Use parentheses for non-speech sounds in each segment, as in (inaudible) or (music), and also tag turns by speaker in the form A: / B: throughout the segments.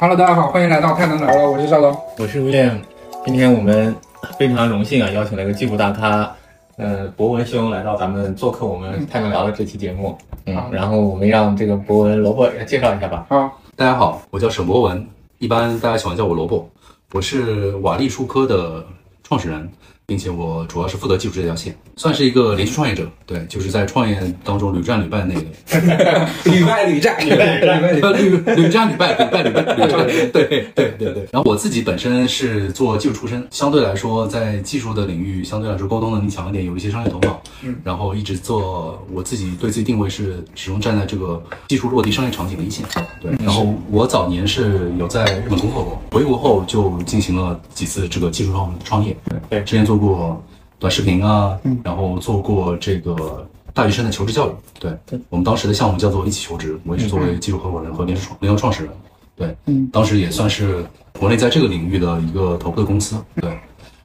A: Hello，大家好，欢迎来到太能聊了，我是赵龙。
B: 我是 William，今天我们非常荣幸啊，邀请了一个技术大咖，呃，博文兄来到咱们做客我们太能聊的这期节目，嗯，然后我们让这个博文萝卜介绍一下吧，
A: 啊，
C: 大家好，我叫沈博文，一般大家喜欢叫我萝卜。我是瓦力数科的创始人，并且我主要是负责技术这条线，算是一个连续创业者。对，就是在创业当中屡战屡败那个，
A: 屡败屡战，屡败屡
C: 呃屡屡战屡败，屡败屡败，屡战屡败。对对对对。然后我自己本身是做技术出身，相对来说在技术的领域相对来说沟通能力强一点，有一些商业头脑。
A: 嗯。
C: 然后一直做我自己对自己定位是始终站在这个技术落地商业场景的一线。对。然后我早年是有在日本工作过，回国后就进行了几次这个技术创创业。
B: 对
C: 之前做过短视频啊，然后做过这个大学生的求职教育。对，我们当时的项目叫做一起求职，我也是作为技术合伙人和联合创联合创始人。对，
A: 嗯
C: 当时也算是国内在这个领域的一个头部的公司。对，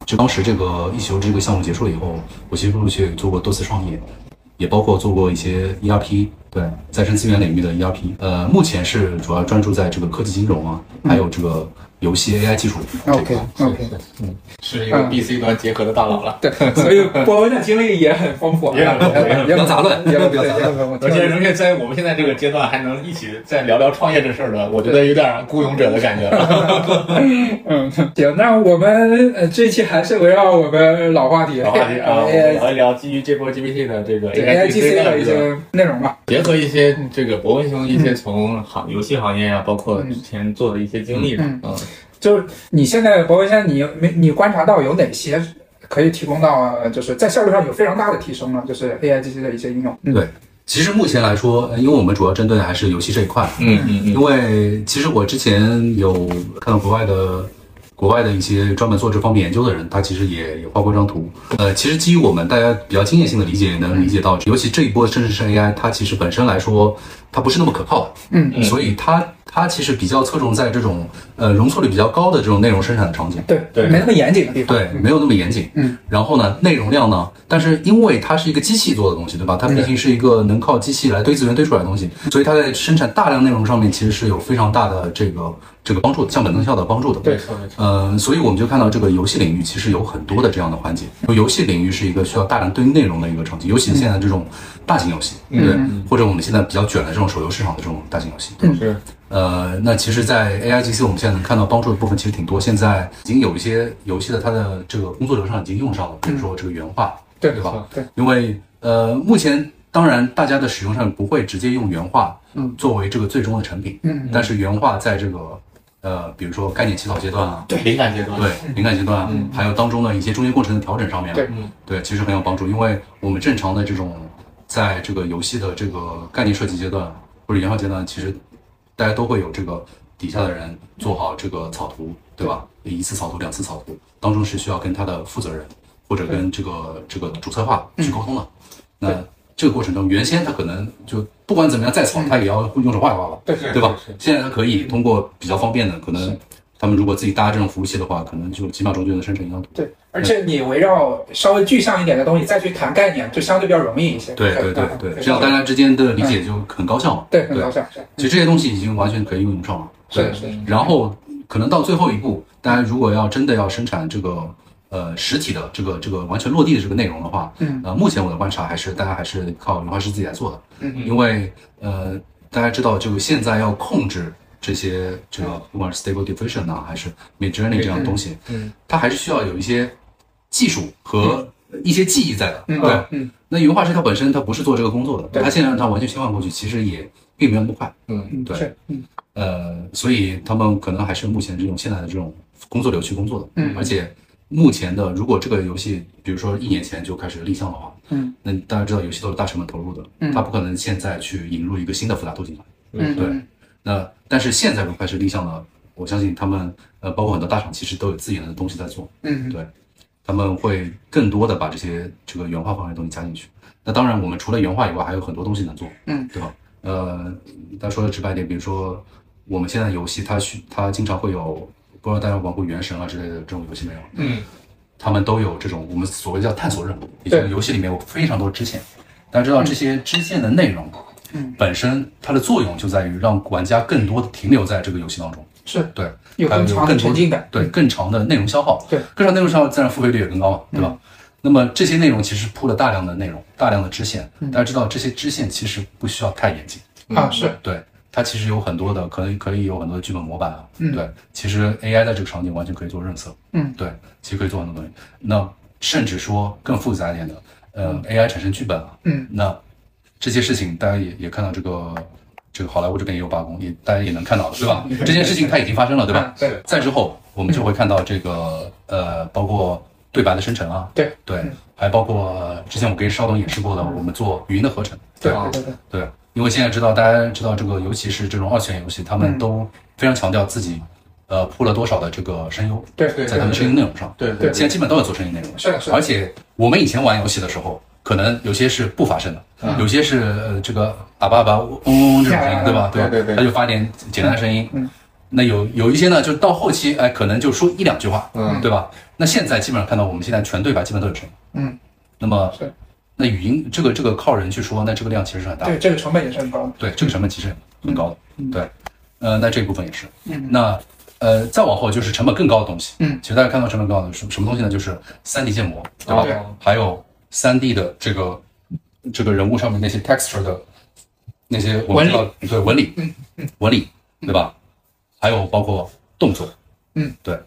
C: 就当时这个一起求职这个项目结束了以后，我其实陆陆续续做过多次创业，也包括做过一些 ERP，对，再生资源领域的 ERP。呃，目前是主要专注在这个科技金融啊，还有这个游戏 AI 技术这一块。 (laughs)
A: OK OK，
B: 是一个
A: 嗯
B: B C 端结合的大佬了，
A: 对，所以博文的经历也很丰富，
B: 也很丰富
A: (laughs) 也很
C: 不要杂乱
A: 也很
C: 不要杂乱
A: 乱
B: 而且而且在我们现在这个阶段还能一起再聊聊创业这事儿的，我觉得有点孤勇者的感觉 (laughs) 了，
A: 嗯，行，那我们呃这一期还是围绕我们老话题，
B: 好话
A: (laughs)
B: 题啊，我们
A: AI
B: 聊一聊基于这波 G P T 的这个
A: A
B: AI
A: I G C 的
B: 的
A: 一
B: 一个
A: 些内容吧。
B: 结合一些这个博文兄一
A: 嗯
B: 些从行游戏行业呀、包括之前做的一些经历
A: 嗯
B: 嗯，
A: 就是你现在博文现在你没你观察到有哪些呃可以提供到，呃就是在效率上有非常大的提升了，就是 A I G C 的一些应用。嗯
C: 对其实目前来说，呃因为我们主要针对的还是游戏这一块，
B: 嗯嗯
C: 因为其实我之前有看到国外的国外的一些专门做这方面研究的人，他其实也也画过一张图。
A: 嗯
C: 呃，其实基于我们大家比较经验性的理解，也能理解到，尤其这一波甚至是 AI，它其实本身来说，它不是那么可靠的。
A: 嗯
B: 嗯
C: 所以它它其实比较侧重在这种呃容错率比较高的这种内容生产的场景。
A: 对
B: 对
A: 没那么严谨的地方。
C: 对，没有那么严谨。
A: 嗯，
C: 然后呢，内容量呢？但是因为它是一个机器做的东西，对吧？它毕竟是一个能靠机器来堆资源堆出来的东西，所以它在生产大量内容上面其实是有非常大的这个这个帮助的，降本增效的帮助的。
A: 对
B: 没错没错，
C: 呃，所以我们就看到这个游戏领域其实有很多的这样的环节。游戏领域是一个需要大量堆内容的一个场景，尤其是现在这种大型游戏，
A: 嗯
C: 对不对，或者我们现在比较卷的这种手游市场的这种大型游戏，对吧？
B: 是
C: 呃，那其实，在 AIGC 我们现在能看到帮助的部分其实挺多，现在已经有一些游戏的它的这个工作流上已经用上了，比如
A: 嗯
C: 说这个原画，
A: 对
C: 对吧？
A: 对，
C: 因为呃，目前当然大家的使用上不会直接用原画
A: 嗯
C: 作为这个最终的成品，
A: 嗯，
C: 但是原画在这个呃，比如说概念起草阶段啊，
B: 对灵感阶段，
C: 对灵感阶段啊，还有当中的一些中间过程的调整上面啊，
A: 对
B: 嗯
C: 对，其实很有帮助，因为我们正常的这种在这个游戏的这个概念设计阶段或者研发阶段，其实大家都会有这个底下的人做好这个草图，对吧？一次草图、两次草图，当中是需要跟他的负责人或者跟这个这个主策划
B: 嗯
C: 去沟通的。那这个过程中，原先他可能就不管怎么样再
B: 嗯
C: 草，他也要用手画一画吧，
A: 对
C: 对吧
B: 是是？
C: 现在他可以通过比较方便的，可能他们如果自己搭这种服务器的话，可能就几秒钟就能生成一张图。
A: 对，而且你围绕稍微具象一点的东西再去谈概念，就相对比较容易一些。
C: 对对对
A: 嗯
C: 对，这样大家之间的理解就很高效嘛。
A: 对很高效。是
C: 其实这些东西已经完全可以用上了。
A: 是的
C: 对嗯
A: 是的。
C: 然后可能到最后一步，大家如果要真的要生产这个呃实体的这个这个完全落地的这个内容的话，
A: 嗯，
C: 呃，目前我的观察还是大家还是靠原画师自己来做的，
A: 嗯，
C: 因为呃大家知道，就现在要控制这些这个不管是 Stable Diffusion 啊，还是 Mid Journey 这样的东西，
B: 嗯，
C: 它还是需要有一些技术和一些技艺在的，
A: 嗯
C: 对。
A: 嗯
C: 那原画师他本身他不是做这个工作的，
A: 对
C: 他现在让他完全切换过去，其实也并没有那么快。
A: 嗯，
C: 对
A: 是嗯
C: 呃，所以他们可能还是目前这种现在的这种工作流去工作的，
A: 嗯
C: 而且目前的如果这个游戏，比如说一年前就开始立项的话，
A: 嗯，
C: 那大家知道游戏都是大成本投入的，
A: 嗯
C: 他不可能现在去引入一个新的复杂度进来，
A: 嗯
C: 对
A: 嗯
C: 那但是现在如果开始立项了，我相信他们呃，包括很多大厂其实都有自己的东西在做，
A: 嗯
C: 对，他们会更多的把这些这个原画方面的东西加进去。那当然，我们除了原画以外，还有很多东西能做，
A: 嗯，
C: 对吧？呃，再说的直白点，比如说我们现在游戏它需它经常会有，不知道大家玩过《原神》啊之类的这种游戏没有？
B: 嗯，
C: 他们都有这种我们所谓叫探索任务，也就是游戏里面有非常多支线。大家知道这些支线的内容，
A: 嗯，
C: 本身它的作用就在于让玩家更多的停留在这个游戏当中。
A: 是
C: 对，
A: 有更长的沉浸感。
C: 对更长的内容消耗，
A: 对嗯
C: 更长内容消耗，自然付费率也更高嘛，对吧？那么这些内容其实铺了大量的内容，大量的支线，
A: 嗯
C: 大家知道这些支线其实不需要太严谨，
A: 啊，是
C: 对，嗯它其实有很多的，可能可以有很多的剧本模板啊。嗯，对，其实 AI 在这个场景完全可以做润色。
A: 嗯，
C: 对，其实可以做很多东西。那甚至说更复杂一点的，呃、a i 产生剧本啊。
A: 嗯，
C: 那这些事情大家也也看到这个。这个好莱坞这边也有罢工，也大家也能看到，对吧？
A: 嗯
C: 这件事情它已经发生了，对吧
A: 啊？对
C: 再之后，我
A: 嗯
C: 们就会看到这个呃，包括对白的生成啊，
A: 对嗯
C: 对，还包括呃之前我跟邵东演示过的，我们做语音的合成，
A: 对
C: 吧
A: 对对对，
C: 对，因为现在知道大家知道这个，尤其是这种二次元游戏，他
A: 嗯
C: 们都非常强调自己呃铺了多少的这个声优，
A: 对对
C: 在他们声音内容上，
B: 对啊
A: 对
C: 现在基本都有做声音内容。
A: 是的是的
C: 而且我们以前玩游戏的时候，可能有些是不发声的，
B: 啊
C: 有些是呃这个喇叭喇叭嗡嗡嗡这种声音，对吧？
B: (laughs) 对对对
C: 他就发点简单的声音。
A: 嗯
C: 那有有一些呢，就到后期哎，可能就说一两句话，
B: 嗯
C: 对吧？那现在基本上看到我们现在全对白基本都有声音。
A: 嗯，
C: 那么
A: 是
C: 那语音这个这个靠人去说，那这个量其实是很大的。
A: 对，这个成本也是很高的。
C: 对，这个成本其实很高的，对，呃，那这一部分也是，
A: 嗯
C: 那呃，再往后就是成本更高的东西，
A: 嗯
C: 其实大家看到成本更高的是什么什么东西呢？就是三 D 建模，对吧？
B: 对
C: 还有三 D 的这个这个人物上面那些 texture 的那些我们知道对纹理，
A: 嗯
C: 纹理，对吧？还有包括动作，
A: 嗯，
C: 对，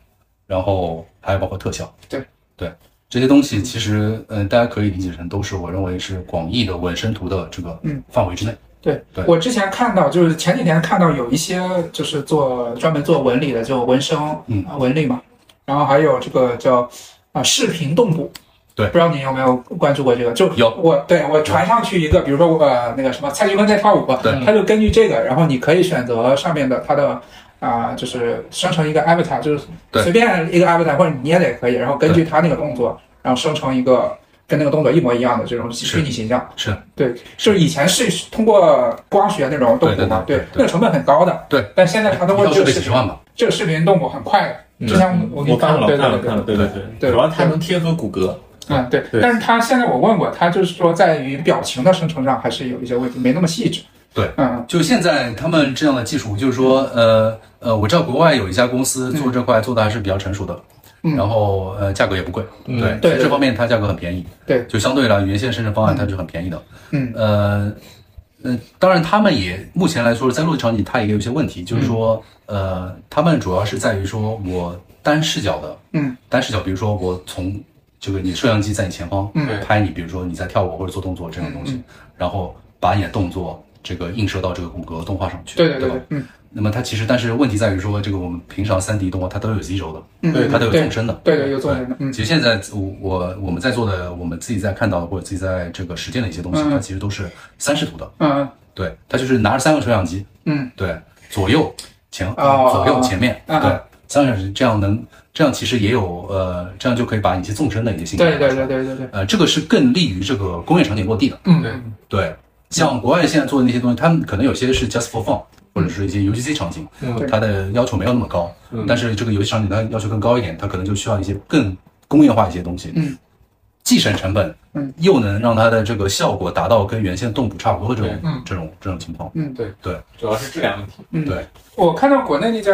C: 然后还有包括特效，
A: 对
C: 对。这些东西其实，嗯、大家可以理解成都是我认为是广义的纹身图的这个
A: 嗯
C: 范围之内。
A: 对
C: 对
A: 我之前看到，就是前几天看到有一些就是做专门做纹理的，就纹身、
C: 嗯
A: 啊纹理嘛，然后还有这个叫啊视频动捕。
C: 对
A: 不知道你有没有关注过这个？就
C: 有
A: 我对我传上去一个，比如说我呃那个什么蔡徐坤在跳舞，
C: 对
B: 嗯
A: 他就根据这个，然后你可以选择上面的他的啊、就是生成一个 avatar，就是
C: 对
A: 随便一个 avatar 或者你捏的也可以，然后根据他那个动作，然后生成一个跟那个动作一模一样的这种虚拟形象。
C: 是，
A: 对，就是以前是通过光学那种动捕嘛，
C: 对对对对
A: 那个成本很高的，
C: 对。
A: 但现在它通过
C: 要
A: 这
C: 是
A: 个
C: 得
A: 视
C: 几十
A: 频，
C: 万吧？
A: 这个视频动捕很快
B: 嗯
C: 嗯
A: 的，之前我给
B: 我
A: 你
B: 看了，
A: 对
B: 看了，
A: 对对
B: 看了，对对对，
A: 对
B: 主要它能贴合骨骼，
A: 嗯对。
B: 对
A: 但是它现在我问过，它就是说在于表情的生成上还是有一些问题，没那么细致。
C: 对，
A: 嗯，
C: 就现在他们这样的技术，就是说，呃呃，我知道国外有一家公司做这块做的还是比较成熟的，
A: 嗯
C: 然后呃价格也不贵，
B: 嗯
C: 对，
A: 对对
C: 这方面它价格很便宜，
A: 对
C: 就相对来原先生成方案它是很便宜的，
A: 嗯
C: 呃呃，当然他们也目前来说在落地场景它也有一些问题，就是
A: 嗯
C: 说，呃，他们主要是在于说我单视角的，
A: 嗯，
C: 单视角，比如说我从这个你摄像机在你前方
A: 嗯
C: 拍你，比如说你在跳舞或者做动作这样的东西，然后把你的动作这个映射到这个骨骼动画上去，
A: 对对对对
C: 吧，？
A: 嗯
C: 那么它其实，但是问题在于说，这个我们平常三 D 动画它都有 Z 轴的，
A: 嗯，
B: 对
A: 嗯
C: 它都有纵深的，
A: 对对有纵深的，嗯
C: 其实现在我我我们在做的，我们自己在看到的或者自己在这个实践的一些东西，
A: 嗯
C: 它其实都是三视图的，
A: 嗯
C: 对，它就是拿着三个摄像机，
A: 嗯
C: 对，左右前、
A: 哦
C: 左右前面，
A: 啊
C: 对，三个小时这样能，这样其实也有呃，这样就可以把一些纵深的一些信息，
A: 对对对，对对对，
C: 呃，这个是更利于这个工业场景落地的，
A: 嗯
B: 对
C: 对，像国外现在做的那些东西，他们可能有些是 just for
A: 嗯
C: fun，或者是一些 UGC 场景，
B: 嗯
C: 它的要求没有那么高，但是这个游戏场景它要求更高一点，它可能就需要一些更工业化一些东西，
A: 嗯，
C: 既省成本，
A: 嗯，
C: 又能让它的这个效果达到跟原先动捕差不多的这种、
A: 对嗯
C: 这种这种情况，
A: 嗯
B: 对
C: 对，
B: 主要是质量问题，
A: 嗯
C: 对。
A: 我看到国内那家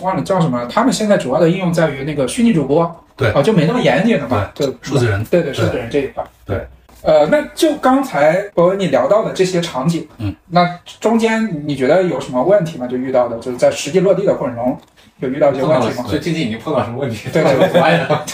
A: 忘了叫什么了，他们现在主要的应用在于那个虚拟主播，
C: 对
A: 哦，就没那么严谨了嘛，就
C: 数字人
A: 对对，是
C: 对
A: 的人这一块。
C: 对，
A: 呃，那就刚才我跟你聊到的这些场景，
C: 嗯，
A: 那中间你觉得有什么问题吗？就遇到的，就是在实际落地的过程中有遇到一些
B: 碰
A: 问
B: 到
A: 题吗？
B: 就最近你碰到什么问题？ (laughs)
A: 对对
B: 我也
C: 好，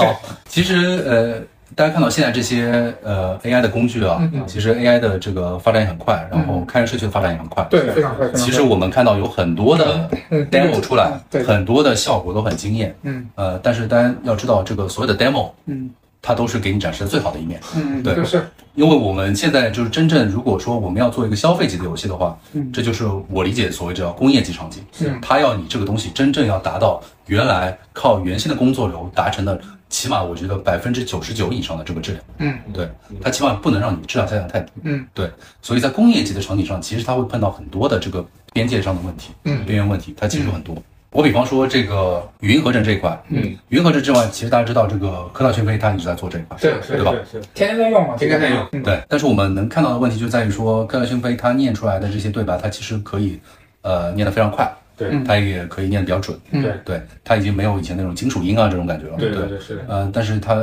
C: 其实呃，大家看到现在这些呃 AI 的工具啊，
A: 嗯嗯嗯
C: 其实 AI 的这个发展也很快，然后开源社区的发展也很快，
A: 对，非常快，非常快
C: 其实我们看到有很多的
A: 嗯
C: demo 出来
A: 嗯，对
C: 很多的效果都很惊艳。
A: 嗯
C: 呃，但是大家要知道，这个所有的 demo
A: 嗯
C: 它都是给你展示的最好的一面，
A: 嗯，
C: 对
A: 就是
C: 因为我们现在就是真正如果说我们要做一个消费级的游戏的话，
A: 嗯
C: 这就是我理解所谓叫工业级场景，嗯
A: 是
C: 它要你这个东西真正要达到原来靠原先的工作流达成的，起码我觉得百分之九十九以上的这个质量，
A: 嗯
C: 对，它起码不能让你质量下降太低。
A: 嗯
C: 对，所以在工业级的场景上，其实它会碰到很多的这个边界上的问题，
A: 嗯
C: 边缘问题，它其实有很多。我比方说这个语音合成这一块，
B: 嗯，
C: 语音合成之外，其实大家知道这个科大讯飞它一直在做这一块，
A: 对
B: 是
C: 对吧？
B: 是，
A: 天天在用嘛，
B: 天天在用
A: 嗯
C: 对，但是我们能看到的问题就在于说，科大讯飞它念出来的这些对白，它其实可以呃念得非常快，
B: 对
A: 嗯
C: 它也可以念得比较准，
A: 嗯
B: 对
C: 对，它已经没有以前那种金属音啊这种感觉了，
B: 对
C: 对
B: 对，是的，
C: 呃，但是它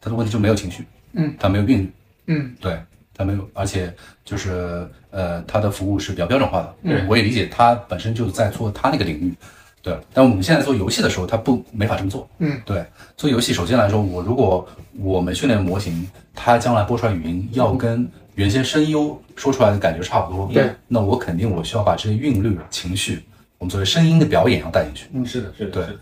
C: 它的问题就没有情绪，
A: 嗯，
C: 它没有韵律，
A: 嗯
C: 对，它没有，而且就是呃，它的服务是比较标准化的，
B: 嗯
C: 我也理解它本身就在做它那个领域，对，但我们现在做游戏的时候，它不没法这么做，
A: 嗯
C: 对，做游戏首先来说，我如果我们训练模型，它将来播出来语音要跟原先声优说出来的感觉差不多，
A: 对，
C: 那我肯定我需要把这些韵律、情绪，我们所谓声音的表演要带进去。
B: 嗯，是的，是的，
C: 对
B: 是的，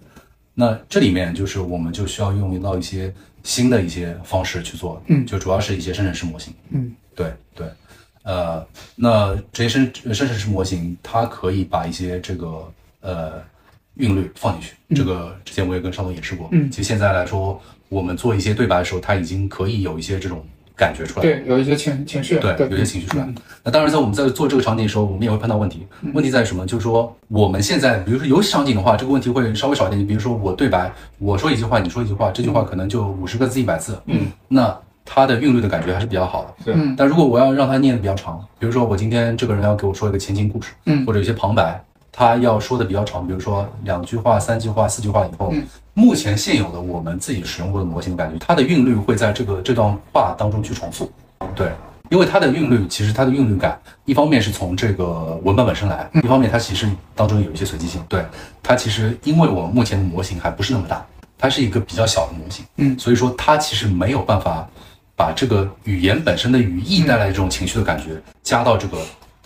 C: 那这里面就是我们就需要用到一些新的一些方式去做，
A: 嗯
C: 就主要是一些生成式模型，
A: 嗯
C: 对对，呃，那这些生呃生成式模型，它可以把一些这个呃韵律放进去。这个之前我也跟邵总演示过，
A: 嗯
C: 其实现在来说，我们做一些对白的时候，它已经可以有一些这种感觉出来，
A: 对，有一些情情绪，
C: 对，有些情绪出来。那当然，在我们在做这个场景的时候，我们也会碰到问题。问题在于什么？就是说，我们现在比如说游戏场景的话，这个问题会稍微少一点。比如说我对白，我说一句话，你说一句话，这句话可能就五十个字、一百字，
B: 嗯，
C: 那它的韵律的感觉还是比较好的。
B: 是
A: 嗯
C: 但如果我要让它念的比较长，比如说我今天这个人要给我说一个前情故事，
A: 嗯
C: 或者有些旁白，他要说的比较长，比如说两句话、三句话、四句话以后，
A: 嗯
C: 目前现有的我们自己使用过的模型感觉，它的韵律会在这个这段话当中去重复，对。因为它的韵律，其实它的韵律感，一方面是从这个文本本身来，一方面它其实当中有一些随机性。嗯对它其实，因为我们目前的模型还不是那么大，它是一个比较小的模型，
A: 嗯
C: 所以说它其实没有办法把这个语言本身的语义带来的这种情绪的感觉加到这个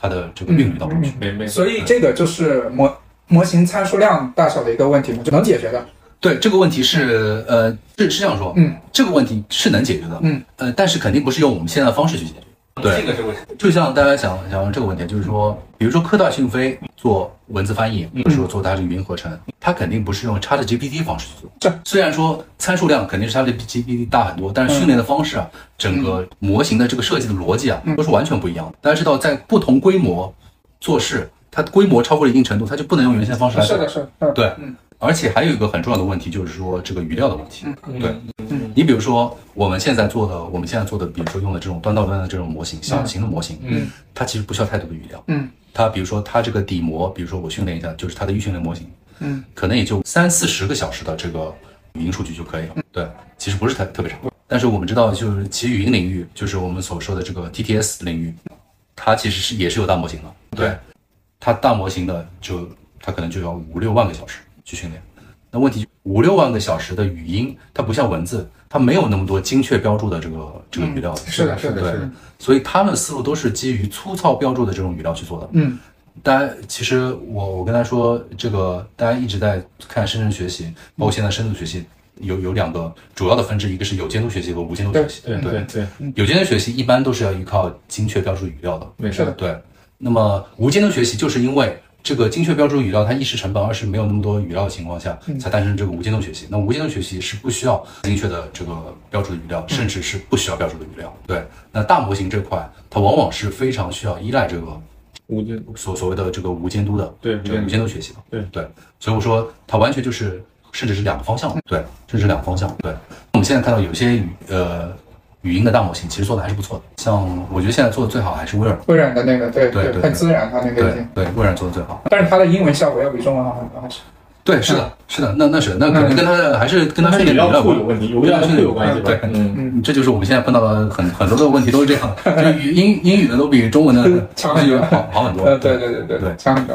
C: 它的这个韵律当中去。
B: 没没错，
A: 所以这个就是模模型参数量大小的一个问题嘛，就能解决的。
C: 嗯对这个问题是呃是是这样说，
A: 嗯，
C: 这个问题是能解决的，
A: 嗯，
C: 呃，但是肯定不是用我们现在的方式去解决。对
B: 这个是为什么？
C: 就像大家想想这个问题，就是说，比如说科大讯飞做文字翻译，
A: 嗯
C: 或者说做它的语音合成，它肯定不是用 Chat GPT 方式去做。
A: 是
C: 虽然说参数量肯定是 Chat GPT 大很多，但
A: 嗯
C: 是训练的方式啊，整个模型的这个设计的逻辑啊，
A: 嗯
C: 都是完全不一样的。大家知道，在不同规模做事，它规模超过了一定程度，它就不能用原先的方式来
A: 是
C: 做
A: 的，。是的，
C: 对
A: 嗯，
C: 而且还有一个很重要的问题，就是说这个语料的问题。对，
B: 嗯
C: 你比如说，我们现在做的，我们现在做的，比如说用的这种端到端的这种模型，小型的模型，
B: 嗯，
C: 它其实不需要太多的语料。
A: 嗯
C: 它比如说它这个底模，比如说我训练一下，就是它的预训练模型，
A: 嗯
C: 可能也就三四十个小时的这个语音数据就可以了。对，其实不是特特别长。但是我们知道，就是其实语音领域，就是我们所说的这个 TTS 领域，它其实是也是有大模型的。对，它大模型的就它可能就要五六万个小时去训练。那问题五六万个小时的语音，它不像文字，它没有那么多精确标注的这个这个语料。
A: 嗯是的是的
C: 对
B: 是的
C: 所以他们的思路都是基于粗糙标注的这种语料去做的。
A: 嗯
C: 大家其实我我跟他说，这个大家一直在看深圳学习，包括现在深度学习，有有两个主要的分支，一个是有监督学习和无监督学习。
B: 对对对，
C: 有监督学习一般都是要依靠精确标注语料的，
B: 没
A: 是
B: 错
A: 的，
C: 对。那么无监督学习就是因为这个精确标注语料，它一是成本，二是没有那么多语料的情况下，才诞生这个无监督学习。那无监督学习是不需要精确的这个标注的语料，甚至是不需要标注的语料。对，那大模型这块，它往往是非常需要依赖这个
B: 无菌，
C: 所所谓的这个无监督的，
B: 对
C: 这个无监督学习的，
B: 对
C: 对，所以我说它完全就是，甚至是两个方向，对，甚至是两个方向，对。我们现在看到有些语呃语音的大模型其实做的还是不错的，像我觉得现在做的最好还是微软，
A: 微软的那个，对
C: 对对
A: 很自然，它那个已
C: 对
A: 经，
C: 对，微软做的最好，
A: 但是它的英文效果要比中文好很多，还是
C: 对，是
A: 嗯
C: 的，是的，那那是那可能跟它的还是跟它
B: 它
C: 训
B: 语
C: 练
B: 料
C: 有
B: 库
C: 关
B: 有问题，有料库有关系吧？嗯，
C: 嗯这就是我们现在碰到的很很多的问题都是这样，就语英英语的都比中文的
A: (laughs) 强很多
C: (laughs) 好好很多，
A: 呃， (laughs) 对对对对
C: 对
A: 差很多。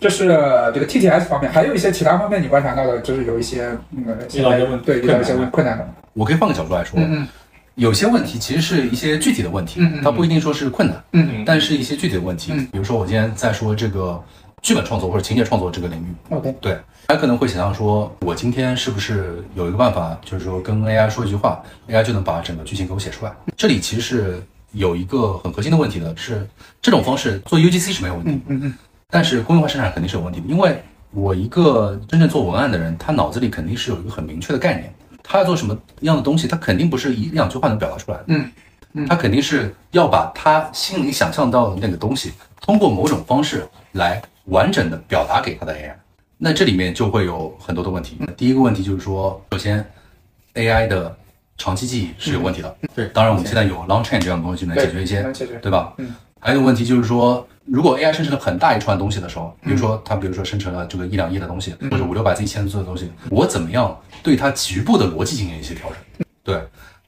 A: 这是呃这个 TTS 方面，还有一些其他方面你观察到的，就是有一些呃，现
B: 遇到
A: 在
B: 一些问
A: 对遇到一些问困难的，
C: 我可以换个角度来说，
A: 嗯
C: 有些问题其实是一些具体的问题，
A: 嗯嗯
C: 它不一定说是困难，
A: 嗯
B: 嗯
C: 但是一些具体的问题，
A: 嗯
C: 比如说我今天在说这个剧本创作或者情节创作这个领域，
A: 嗯，OK，
C: 对，大家可能会想象说，我今天是不是有一个办法，就是说跟 AI 说一句话，AI 就能把整个剧情给我写出来？这里其实是有一个很核心的问题的，是这种方式做 UGC 是没有问题的，
A: 嗯嗯嗯
C: 但是工业化生产肯定是有问题的，因为我一个真正做文案的人，他脑子里肯定是有一个很明确的概念，他要做什么样的东西，他肯定不是一两句话能表达出来的，
A: 嗯
C: 他肯定是要把他心里想象到的那个东西，通过某种方式来完整的表达给他的 AI。那这里面就会有很多的问题。第一个问题就是说，首先 AI 的长期记忆是有问
A: 嗯
C: 题的。
B: 对
C: 当然我们现在有 long chain 这样的东西来解决一些
A: 能解决，
C: 对吧？
A: 嗯。
C: 还有一个问题就是说，如果 AI 生成了很大一串东西的时候，比如说它，比如说生成了这个一两亿的东西，或者五六百字、一千字的东西，我怎么样对它局部的逻辑进行一些调整？对，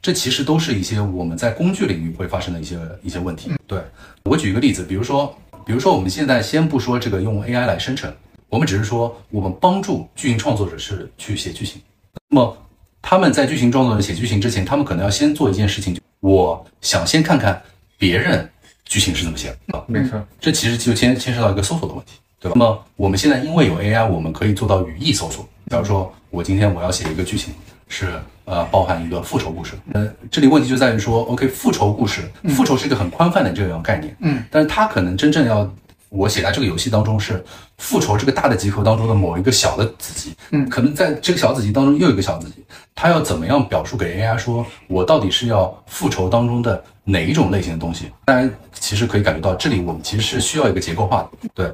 C: 这其实都是一些我们在工具领域会发生的一些一些问题。对我举一个例子，比如说，比如说我们现在先不说这个用 AI 来生成，我们只是说我们帮助剧情创作者是去写剧情。那么他们在剧情创作者写剧情之前，他们可能要先做一件事情，我想先看看别人剧情是怎么写的啊。
B: 没错，
C: 这其实就牵牵涉到一个搜索的问题，对吧？那么我们现在因为有 AI，我们可以做到语义搜索。假如说我今天我要写一个剧情，是呃包含一个复仇故事，呃，这里问题就在于说，OK，复仇故事，复仇是一个很宽泛的这样概念，
A: 嗯，
C: 但是它可能真正要我写在这个游戏当中是复仇这个大的集合当中的某一个小的子集，
A: 嗯
C: 可能在这个小子集当中又有一个小子集，它要怎么样表述给 AI 说，我到底是要复仇当中的哪一种类型的东西？大家其实可以感觉到，这里我们其实是需要一个结构化的，对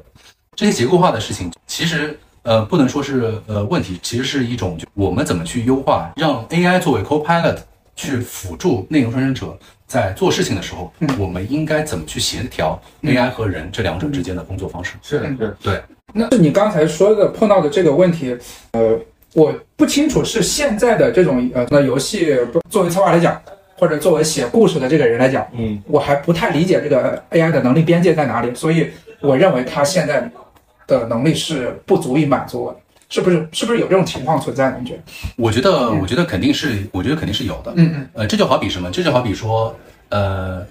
C: 这些结构化的事情，其实呃不能说是呃问题，其实是一种就我们怎么去优化，让 AI 作为 Copilot 去辅助内容生成者。在做事情的时候，我们应该怎么去协调 AI 和人这两者之间的工作方式？
B: 是的，是的，
C: 对，
A: 那是你刚才说的碰到的这个问题，呃，我不清楚是现在的这种呃，那游戏不作为策划来讲，或者作为写故事的这个人来讲，
B: 嗯，
A: 我还不太理解这个 AI 的能力边界在哪里，所以我认为它现在的能力是不足以满足我的，是不是？是不是有这种情况存在呢？你觉得？
C: 我觉得，我觉得肯定是，我觉得肯定是有的。
A: 嗯嗯
C: 呃，这就好比什么？这就好比说，呃，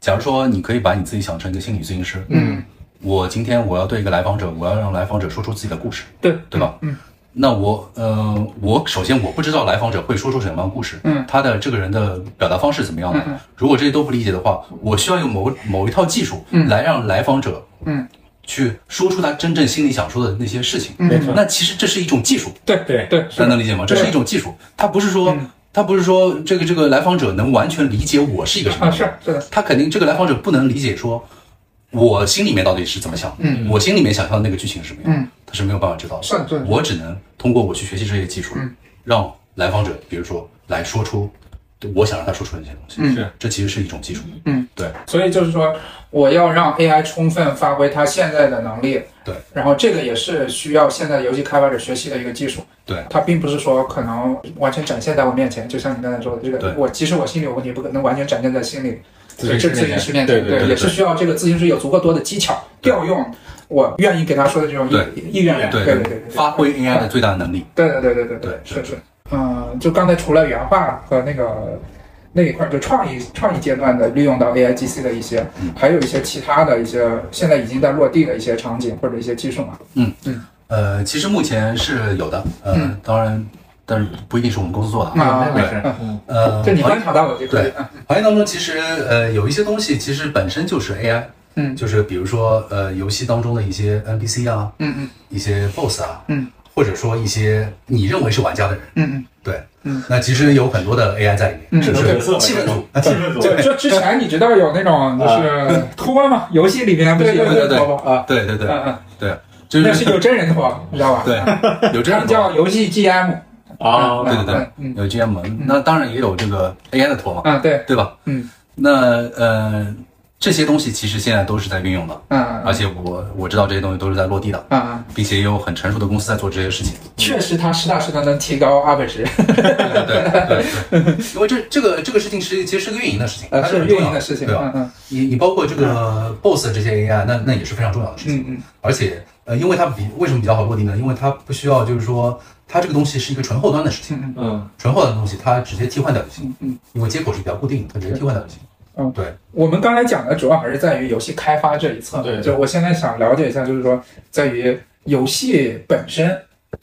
C: 假如说你可以把你自己想成一个心理咨询师，
A: 嗯，
C: 我今天我要对一个来访者，我要让来访者说出自己的故事，
A: 对
C: 对吧？
A: 嗯，
C: 那我，呃，我首先我不知道来访者会说出什么样的故事，
A: 嗯
C: 他的这个人的表达方式怎么样的？如果这些都不理解的话，我需要用某某一套技术来让来访者，
A: 嗯，
C: 去说出他真正心里想说的那些事情。
B: 没错，
C: 那其实这是一种技术，
A: 对
B: 对
A: 对，是
C: 大家
A: 的
C: 能理解吗？这是
A: 对
C: 一种技术，它不是说
A: 嗯，
C: 它不是说这个这个来访者能完全理解我是一个什么
A: 啊，
C: 样的
A: 是
C: 人，
A: 是的，
C: 他肯定这个来访者不能理解说，我心里面到底是怎么想的，
A: 嗯
C: 我心里面想象的那个剧情是什么样的，
A: 嗯
C: 他是没有办法知道的，
A: 是的是的
C: 我只能通过我去学习这些技术，
A: 嗯
C: 让来访者比如说来说出我想让他说出的那些东西，
A: 嗯
B: 是
C: 这其实是一种技术，
A: 嗯，
C: 对，
A: 所以就是说，我要让 AI 充分发挥它现在的能力。
C: 对，
A: 然后这个也是需要现在游戏开发者学习的一个技术。
C: 对
A: 它并不是说可能完全展现在我面前，就像你刚才说的，这
C: 对
A: 个我即使我心里有问题，不可能完全展现在心里。
B: 咨
A: 这
B: 询师
A: 咨询
B: 面
A: 师
B: 前
A: 面
B: 对
A: 前，
B: 对对
A: 也
C: 对
A: 是需要这个咨询师有足够多的技巧
C: 对
A: 调用，我愿意给他说的这种意意愿，
C: 对
A: 对对对，
C: 发挥 AI 的最大能力，
A: 对对对对对
C: 对
A: 是是，嗯，就刚才除了原画和那个那一块儿，就创意创意阶段的利用到 AIGC 的一些，
C: 嗯
A: 还有一些其他的一些现在已经在落地的一些场景或者一些技术嘛。
C: 呃，其实目前是有的，呃，
A: 嗯
C: 当然，但是不一定是我们公司做的啊，
A: 啊，
B: 没事，嗯，
C: 呃，
A: 就你观察到的这个
C: 对，行业当中，其实呃有一些东西其实本身就是 AI，
A: 嗯
C: 就是比如说呃游戏当中的一些 NPC 啊，
A: 嗯嗯
C: 一些 BOSS 啊，
A: 嗯，
C: 或者说一些你认为是玩家的人，
A: 嗯
C: 对，
A: 嗯，
C: 那其实有很多的 AI 在里面，
A: 嗯
C: 是不
B: 角
C: 是？
B: 色嘛
C: 气氛组，
B: 这啊种气氛
A: 嗯，
B: 组
A: 就就之前你知道有那种就是托嘛，游戏里面不是有那
C: 嗯对对
A: 个
C: 对
A: 托吗？啊，
C: 对对对
A: 嗯嗯，
C: 对，就
A: 那是
C: 是
A: 有真人托，你知道吧？嗯
C: 对，有这
A: 他
C: 样
A: 们
C: 的。
A: 叫游戏 GM。
B: 啊，
C: 对对对
A: 嗯，嗯
C: 有 GM，那当然也有这个 AI 的托嘛，
A: 啊，对，
C: 对吧？
A: 嗯
C: 那呃，这些东西其实现在都是在运用的，
A: 嗯
C: 而且我我知道这些东西都是在落地的，
A: 啊啊，
C: 并且也有很成熟的公司在做这些事情。
A: 确实它实打实的能提高 UP 值。
C: 对对对，因为这这个这个事情是其实是个运营的事情，
A: 呃，
C: 它
A: 是
C: 很
A: 运
C: 重要
A: 营的事情，
C: 对啊吧？
A: 嗯嗯
C: 你你包括这个 BOSS 这些 AI，那那也是非常重要的事情。
A: 嗯嗯，
C: 而且呃，因为它比为什么比较好落地呢？因为它不需要就是说它这个东西是一个纯后端的事情，
B: 嗯，
C: 纯后端的东西它直接替换掉就行
A: 嗯，嗯
C: 因为接口是比较固定的，它直接替换掉就行。
A: 嗯
C: 对，
A: 我们刚才讲的主要还是在于游戏开发这一侧，
B: 对
A: 就我现在想了解一下，就是说在于游戏本身。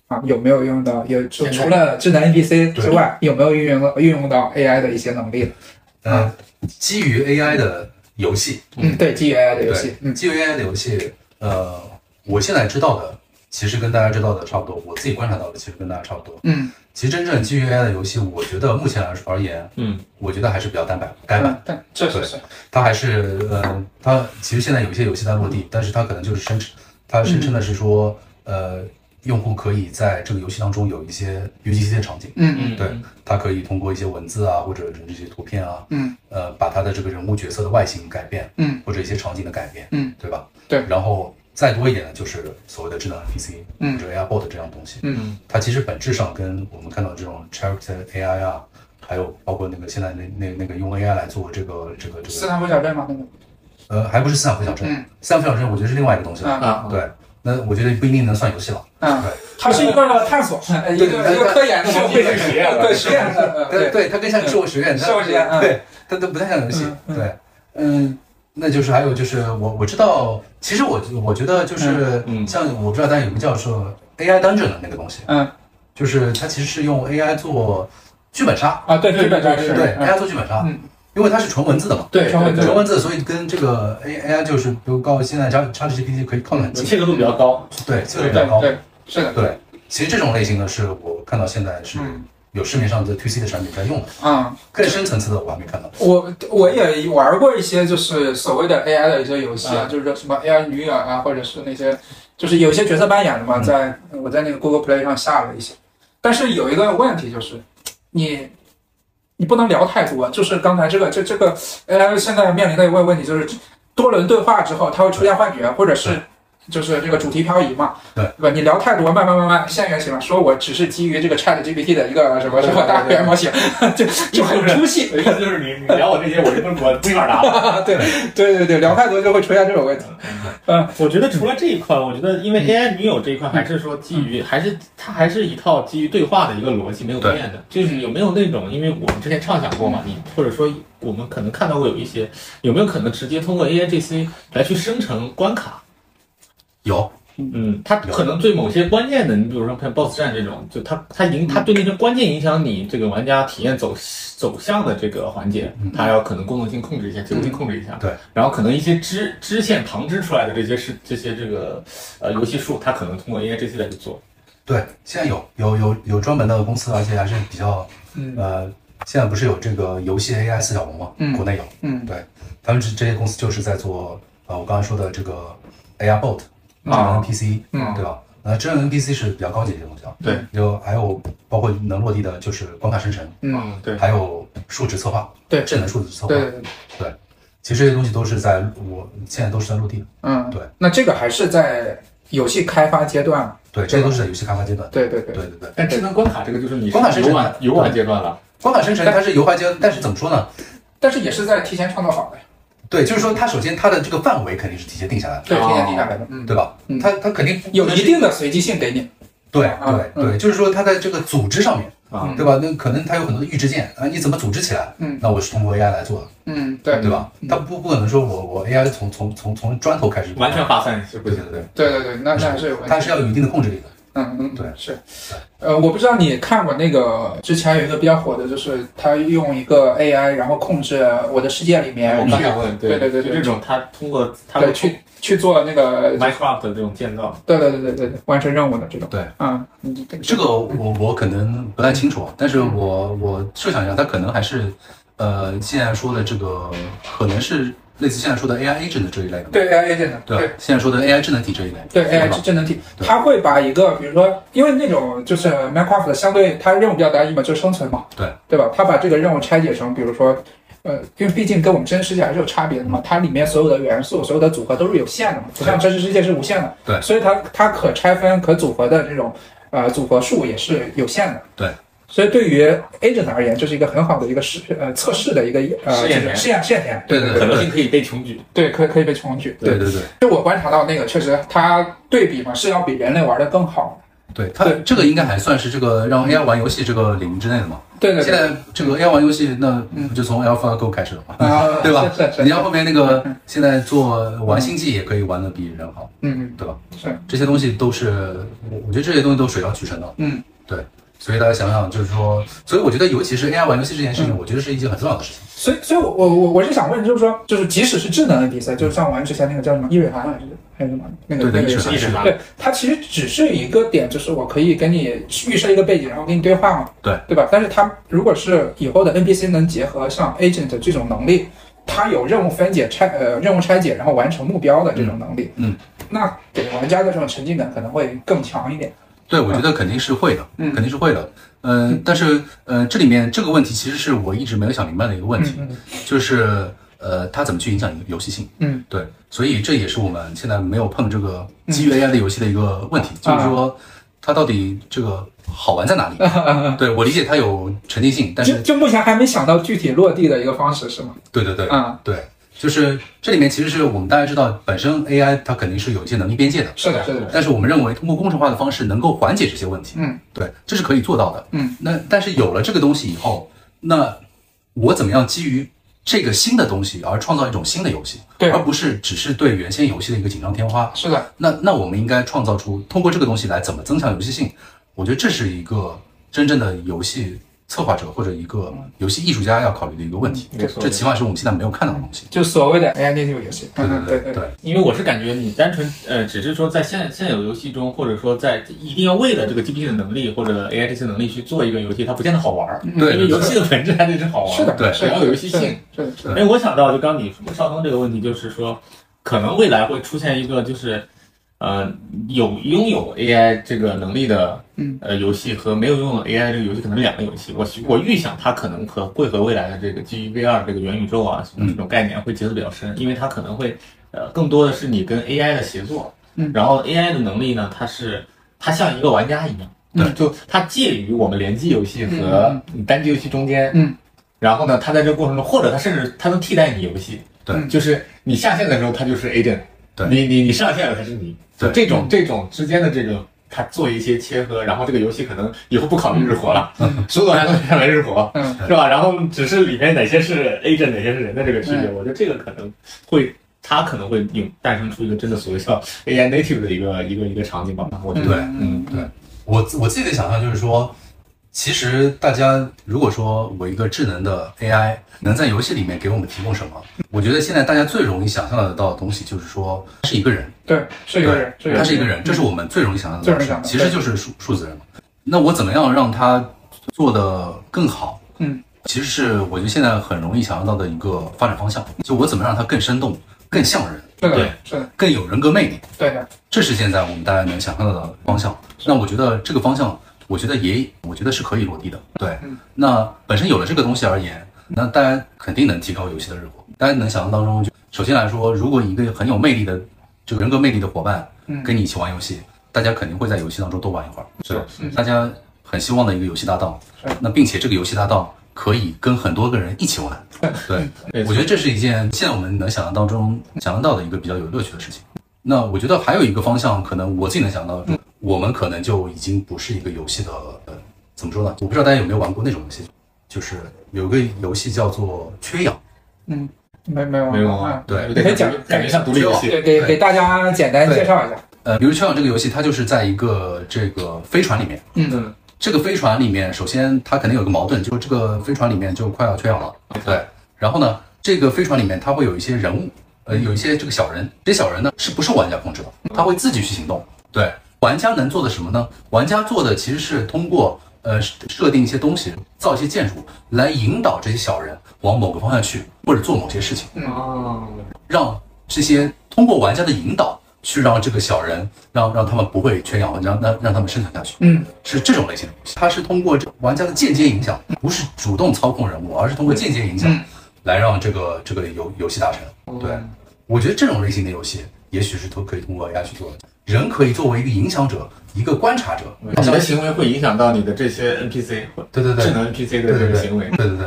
A: 啊，有没有用到？有就
B: 现在
A: 除了智能 NPC
C: 对
A: 之外，有没有运用到运用到 AI 的一些能力？
C: 呃，基于 AI 的游戏，
A: 嗯，对，基于 AI 的游戏，
C: 对，
A: 嗯
C: 基于 AI 的游戏，呃，我现在知道的其实跟大家知道的差不多，我自己观察到的其实跟大家差不多。
A: 嗯
C: 其实真正基于 AI 的游戏，我觉得目前来说而言，
B: 嗯，
C: 我觉得还是比较单板干板。
A: 嗯，但这是是，
C: 它还是呃，它其实现在有一些游戏在落地，但是它可能就是声称，它声称的是说，呃，用户可以在这个游戏当中有一些 UGC 的场景，
A: 嗯嗯
B: 嗯，
C: 对，他可以通过一些文字啊，或者这些图片啊，
A: 嗯
C: 呃，把他的这个人物角色的外形改变，
A: 嗯
C: 或者一些场景的改变，
A: 嗯，
C: 对吧？
A: 对
C: 然后再多一点呢，就是所谓的智能 NPC，
A: 嗯
C: 或者 AI bot 这样的东西，
A: 嗯
C: 它其实本质上跟我们看到这种 character AI 啊，还有包括那个现在那那那个用 AI 来做这个这个这
A: 斯
C: 个，
A: 坦福小镇吗？那个
C: 呃，还不是斯坦福小镇，
A: 嗯
C: 斯坦福小镇我觉得是另外一个东西了，
A: 啊
B: 啊，
C: 对，那我觉得不一定能算游戏了，
A: 嗯
C: 对，
A: 它是一个探索，呃一个
C: 对
A: 一个科研的东西，
B: 社会实验了
A: 对实验的，呃
C: 对
A: 对
C: 对，它更像社会实验，它
A: 社会实验嗯
C: 对，它都不太像游戏
A: 嗯，嗯
C: 对，嗯。那就是还有就是我我知道，其实我我觉得就是
B: 嗯嗯
C: 像我不知道大家有没有叫说 AI Dungeon 的那个东西，
A: 嗯
C: 就是它其实是用 AI 做剧本杀，
A: 啊，对
B: 对
A: 剧本杀
B: 对
A: 是，
C: 对
A: 嗯
C: ，AI 做剧本杀
A: 嗯，
C: 因为它是纯文字的嘛，
A: 对，
B: 对
A: 稍微
C: 纯文字，所以跟这个 A AI 就是比如告现在 Chat ChatGPT 可以靠得很近，
B: 契合度比较高，
C: 对，这个
A: 对
C: 比较高，
A: 对是的，
C: 对。其实这种类型的是我看到现在是
A: 嗯
C: 有市面上的 To C 的产品在用的，
A: 嗯。
C: 更深层次的我还没看到。
A: 我我也玩过一些就是所谓的 AI 的一些游戏啊，
B: 嗯
A: 就是什么 AI 女友啊，或者是那些就是有一些角色扮演的嘛，
C: 嗯
A: 在我在那个 Google Play 上下了一些，但是有一个问题就是你。你不能聊太多，就是刚才这个这这个 AI 现在面临的一个问题就是多轮对话之后，它会出现幻觉，或者是就是这个主题漂移嘛，
C: 对
A: 对吧？你聊太多，慢慢慢慢限原型了，说我只是基于这个 Chat GPT 的一个什么什么大语言模型， (laughs) 就就很出戏。
B: 意思就是你你聊我这些，我就不我不一块答了。
A: 啊，对对对对，聊太多就会出现这种问题。
B: 我觉得除了这一块，我觉得因为 AI 女友这一块还是说基于，还是它还是一套基于对话的一个逻辑没有变的，就是有没有那种，因为我们之前畅想过嘛，你或者说我们可能看到过有一些，有没有可能直接通过 AI GC 来去生成关卡？
C: 有，
B: 嗯，它可能对某些关键的，你比如说看 BOSS 战这种，就它它影它对那些关键影响你这个玩家体验走走向的这个环节
C: 嗯，
B: 它要可能功能性控制一下，结构性控制一下。
C: 对，
B: 然后可能一些支支线旁支出来的这些是这些这个呃游戏数，它可能通过 AI 这些来去做。
C: 对，现在有有有有专门的公司，而且还是比较
A: 嗯
C: 呃，现在不是有这个游戏 AI 四小龙吗？
A: 嗯
C: 国内有，
A: 嗯
C: 对，他们这这些公司就是在做呃，我刚才说的这个 AI bot，智
B: 啊
C: 能 NPC，、
A: 嗯
C: 对吧？那智能 NPC 是比较高级的东西啊，
B: 对，
C: 就还有包括能落地的，就是关卡生成，
A: 嗯，，
B: 对
C: 还有数值策划，
A: 对
C: 智能数值策划，
A: 对对对，
C: 其实这些东西都是在我现在都是在落地的，
A: 嗯
C: 对。
A: 那这个还是在游戏开发阶段嘛？
C: 对，这些都是在游戏开发阶段，
A: 对对对
C: 对，对对。
B: 但智能关卡这个就是你
C: 关卡是
B: 游
C: 真的
B: 玩游玩阶段了，
C: 关卡生成它是游玩阶段，但是怎么说呢？
A: 但是也是在提前创造好的，
C: 对，就是说它首先它的这个范围肯定是提前定下来的，
A: 对，
B: 哦
A: 提前定下来的，嗯，
C: 对吧
A: 嗯？
C: 它它肯定嗯不
A: 有一定的随机性给你，
C: 对
A: 啊
C: 对对，就是说它在这个组织上面
B: 啊
C: 对吧？那可能它有很多的预制件啊，你怎么组织起来？
A: 嗯
C: 那我是通过 AI 来做的，
A: 嗯，对
C: 对吧？
A: 嗯
C: 它不不可能说我我 AI 从从从从砖头开始，
B: 完全发散是不
C: 对
B: 行
C: 对对，
A: 对对对，那那还是有问题，
C: 它是要有一定的控制力的。
A: 嗯嗯，
C: 对
A: 是。呃，我不知道你看过那个之前有一个比较火的，就是他用一个 AI，然后控制我的世界里面，
B: 我
A: 然后
B: 刚才问，
A: 对对对
B: 就
A: 对
B: 这种它通过它
A: 哦对去去做那个，
B: Minecraft 的这种建造，
A: 对对对对对对，完成任务的这种，
C: 对，
A: 嗯，你这
C: 这个我我可能不太清楚，啊但是我我设想一下，它可能还是呃现在说的这个可能是类似现在说的 AI 智能这一类的，
A: 对 AI agent 的，
C: 对吧，现在说的 AI 智能体这一类，
A: 对
C: 是吧
A: AI 智智能体，
C: 对
A: 它会把一个，比如说，因为那种就是 Minecraft 相对它任务比较单一嘛，就是生存嘛，
C: 对
A: 对吧？它把这个任务拆解成，比如说，呃，因为毕竟跟我们真实世界还是有差别的
C: 嗯
A: 嘛，它里面所有的元素、所有的组合都是有限的嘛，不像真实世界是无限的，
C: 对
A: 所以它它可拆分、可组合的这种呃组合数也是有限的，
C: 对。
A: 所以对于 agent 而言，这是一个很好的一个试呃测试的一个呃
B: 试验
A: 就是
B: 田
A: 试验试验田，
C: 对
A: 对
C: 对
B: 可能性可以被穷举。
A: 对，可以可以被重举，
C: 对对对
A: 就我观察到那个，确实它对比嘛是要比人类玩的更好。
C: 对，它
A: 对嗯
C: 这个应该还算是这个让 AI 玩游戏这个领域之内的嘛。
A: 对对
C: 现
A: 对，
C: 在这个 AI 玩游戏，那嗯不就从 AlphaGo 开始了嘛，
A: 啊
C: (laughs) 对吧
A: 是是？是
C: 你要后面那个现在做玩星际也可以玩的比人好，
A: 嗯，
C: 对吧？
A: 是，
C: 这些东西都是，我我觉得这些东西都水到渠成的。
A: 嗯，
C: 对，所以大家想想，就是说，所以我觉得，尤其是 AI 玩游戏这件事
A: 嗯
C: 情，我觉得是一件很重要的事情。
A: 所以所以我，我我我是想问，就是说，就是即使是智能的比赛，就是像我们之前那个叫什么易瑞涵啊还是还是什么那个
C: 对
A: 那
C: 对，
A: 个
C: 一
A: 游
C: 直
A: 戏
B: 一，直拿
A: 对它其实只是一个点，就是我可以跟你预设一个背景，然后跟你对话嘛，
C: 对
A: 对吧？但是它如果是以后的 NPC 能结合像 agent 这种能力，它有任务分解拆呃任务拆解，然后完成目标的这种能力，
C: 嗯嗯，
A: 那给玩家的这种沉浸感可能会更强一点。
C: 对，我觉得肯定是会的，
A: 嗯
C: 肯定是会的。嗯、但是呃，这里面这个问题其实是我一直没有想明白的一个问题，
A: 嗯嗯
C: 就是呃，它怎么去影响一个游戏性？
A: 嗯，
C: 对，所以这也是我们现在没有碰这个基于 AI 的游戏的一个问题，就是
A: 嗯
C: 说它到底这个好玩在哪里？对我理解它有沉浸性，
A: 嗯
C: 但
A: 就是就目前还没想到具体落地的一个方式是吗？
C: 对对对，
A: 啊，
C: 对，就是这里面其实是我们大家知道，本身 AI 它肯定是有一些能力边界的，
A: 是的，是的，
C: 但是我们认为通过工程化的方式能够缓解这些问题，
A: 嗯，
C: 对，这是可以做到的，
A: 嗯。
C: 那但是有了这个东西以后，那我怎么样基于这个新的东西而创造一种新的游戏，
A: 对
C: 而不是只是对原先游戏的一个锦上添花？
A: 是的，
C: 那那我们应该创造出通过这个东西来怎么增强游戏性？我觉得这是一个真正的游戏策划者或者一个游戏艺术家要考虑的一个问题，
B: 没
A: 嗯
B: 错
C: 这起码是我们现在没有看到的东西。
A: 就所谓的 AI native 游戏。
C: 对
A: 嗯
C: 对
A: 对
C: 对对，
B: 因为我是感觉你单纯呃，只是说在现现有游戏中，或者说在一定要为了这个 GPT 的能力或者 AI 这些能力去做一个游戏，它不见得好玩儿。
A: 嗯
C: 对
B: 因为游戏的本质还得是好玩儿。
A: 是的，
C: 对
A: 是的
B: 然后有游戏性。
A: 是的，是的，
B: 因为我想到，就刚你说邵东这个问题，就是说，可能未来会出现一个就是，呃，有拥有 AI 这个能力的，
A: 嗯，
B: 呃，游戏和没有拥有 AI 这个游戏可能两个游戏。我我预想它可能和会和未来的这个基于 VR 这个元宇宙啊什
A: 嗯
B: 么这种概念会结合得比较深，因为它可能会，呃，更多的是你跟 AI 的协作，
A: 嗯
B: 然后 AI 的能力呢，它是它像一个玩家一样。
A: 嗯
B: (laughs)
C: 对
B: 就它介于我们联机游戏和单机游戏中间，
A: 嗯，
B: 然后呢，它在这个过程中，或者它甚至它能替代你游戏，
A: 嗯
C: 对
B: 就是你下线的时候，它就是 agent，
C: 对
B: 你你你上线了，它是你，
C: 对
B: 这种这种之间的这个，它做一些切合，然后这个游戏可能以后不考虑日活了，
C: 嗯
B: (laughs) 所有玩家都变为日活，
A: 嗯，
B: 是吧？然后只是里面哪些是 agent，哪些是人的这个区别，
A: 嗯
B: 我觉得这个可能会。它可能会有诞生出一个真的所谓叫 AI native 的一个一个一个场景吧，我觉得。
C: 对
A: 嗯，
B: 嗯
C: 对我自我自己的想象就是说，其实大家如果说我一个智能的 AI 能在游戏里面给我们提供什么，我觉得现在大家最容易想象得到的东西就是说，它是一个人，
A: 对，是一个人，
C: 它是一个人，这是我们最容易想象
A: 最
C: 得到
A: 容易想
C: 的事，
A: 到
C: 其实就是数数字人嘛。那我怎么样让它做得更好？
A: 嗯，
C: 其实是我觉得现在很容易想象到的一个发展方向，就我怎么让它更生动、更像人、
A: 是的
B: 对，
A: 是的，
C: 更有人格魅力。
A: 对的，
C: 这是现在我们大家能想象到的方向。那我觉得这个方向，我觉得也，我觉得是可以落地的。对，
A: 嗯
C: 那本身有了这个东西而言，那大家肯定能提高游戏的日活。大家能想象当中，就首先来说，如果一个很有魅力的这个人格魅力的伙伴
A: 嗯
C: 跟你一起玩游戏，大家肯定会在游戏当中多玩一会儿。
B: 是
C: 对，大家很希望的一个游戏搭档
A: 是。
C: 那并且这个游戏搭档可以跟很多个人一起 (laughs) 玩。对，
B: 没错
C: 我觉得这是一件现在我们能想象当中想象到的一个比较有乐趣的事情。那我觉得还有一个方向，可能我自己能想到，我们可能就已经不是一个游戏的，呃，怎么说呢？我不知道大家有没有玩过那种游戏，就是有个游戏叫做《缺氧》，
A: 嗯，没没有
B: 没有啊
A: 啊，，
C: 对
B: 对，
A: 可以讲
B: 感觉像独立游戏，
A: 对，给
C: 对
A: 给大家简单介绍一下，
C: 呃，比如《缺氧》这个游戏，它就是在一个这个飞船里面，
B: 嗯，
C: 这个飞船里面，首先它肯定有个矛盾，就是这个飞船里面就快要缺氧了。对，然后呢，这个飞船里面它会有一些人物，呃，有一些这个小人，这些小人呢是不受玩家控制的，他会自己去行动。对，玩家能做的什么呢？玩家做的其实是通过呃设定一些东西，造一些建筑来引导这些小人往某个方向去，或者做某些事情。
B: 哦，
C: 让这些通过玩家的引导去让这个小人让让他们不会缺氧，让让让他们生存下去。
A: 嗯，
C: 是这种类型的游戏，它是通过这玩家的间接影响，不是主动操控人物，而是通过间接影响
A: 嗯
C: 来让这个这个游游戏达
B: 哦
C: 成。对，我觉得这种类型的游戏也许是都可以通过 AI 去做的。人可以作为一个影响者，一个观察者，好
B: 你
C: 像
B: 的行为会影响到你的这些 NPC，
C: 对对对
B: 智能 NPC 的
C: 对
B: 这
C: 对
B: 个
C: 对，
B: 行为。嗯
C: 对对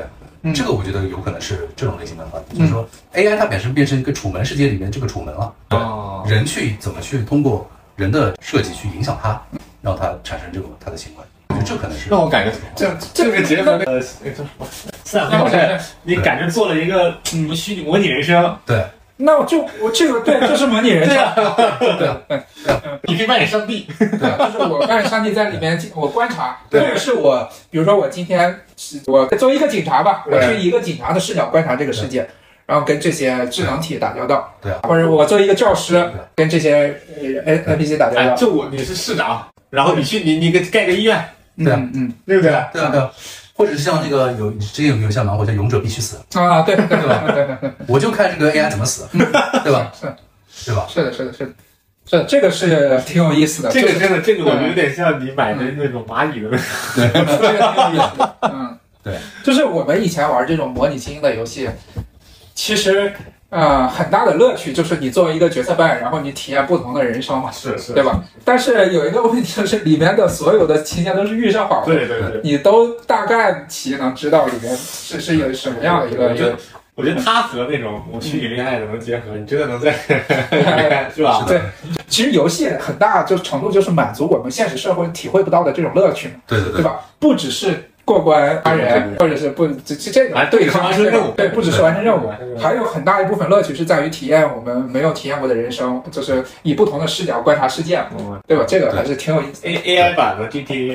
C: 对，这个我觉得有可能是这种类型的话题，就是说 AI 它本身变成一个楚门世界里面这个楚门了，
B: 哦
C: 人去怎么去通过人的设计去影响它，让它产生这种它的行为，我觉得这可能是
B: 让我感觉这这个结合
A: (laughs)
B: 那个那个叫什么斯坦福小镇，你感觉做了一个嗯虚拟模拟人生，
C: 对
A: 那我就我这个对，这是模拟人生，
B: 对呀，
A: 对
B: 你可以扮演上帝，
A: 对，就是我扮上帝在里面，我观察，或
C: 对
A: 者是我，比如说我今天是我作为一个警察吧，我
C: 对
A: 去以一个警察的视角观察这个世界，然后跟这些智能体打交道，
C: 对啊，
A: 或者我作为一个教师
C: 对
A: 跟这些呃 N N P C 打交
B: 哎，
A: 道，
B: 就我你是市长，然后你去你你给盖个医院，
C: 对啊
A: 嗯嗯
B: 对不对？
C: 对啊对啊，或者是像那个有之前有没有像芒果叫《勇者必须死
A: 啊，对对对对对对，》，
C: (laughs) 我就看这个 AI 怎么死，对吧？对吧？
A: 是的是的是的，是这个是挺有意思的，
B: 这个真的，这个我觉得
A: 嗯
B: 有点像你买的那种蚂蚁的那种。
A: 这个挺有意思的，嗯，
B: (laughs)
C: 对，
A: 就是我们以前玩这种模拟经营的游戏，其实呃很大的乐趣就是你作为一个角色扮演，然后你体验不同的人生嘛，
B: 是是
A: 对吧？但是有一个问题就是里面的所有的情节都是预设好的，
B: 对对对。
A: 你都大概其能知道里面是是有什么样的一个
B: 我
A: 一
B: 觉
A: 个
B: 得，我觉得它和那种我虚拟恋爱的能结合，你真的能在是吧？
A: 呃对，其实游戏很大就程度就是满足我们现实社会体会不到的这种乐趣嘛，
C: 对对
A: 对，吧？不只是过关杀人，或者是不这这这
B: 完
A: 种哎对
B: 完
A: 抗
B: 成
A: 这
B: 任务
A: 种，对，不只是完成任务
B: 完成任，务
A: 还有很大一部分乐趣是在于体验我们没有体验过的人生，就是以不同的视角观察世界嘛，嗯对吧？这个还是挺有意思的。
B: A A I 版的 G T A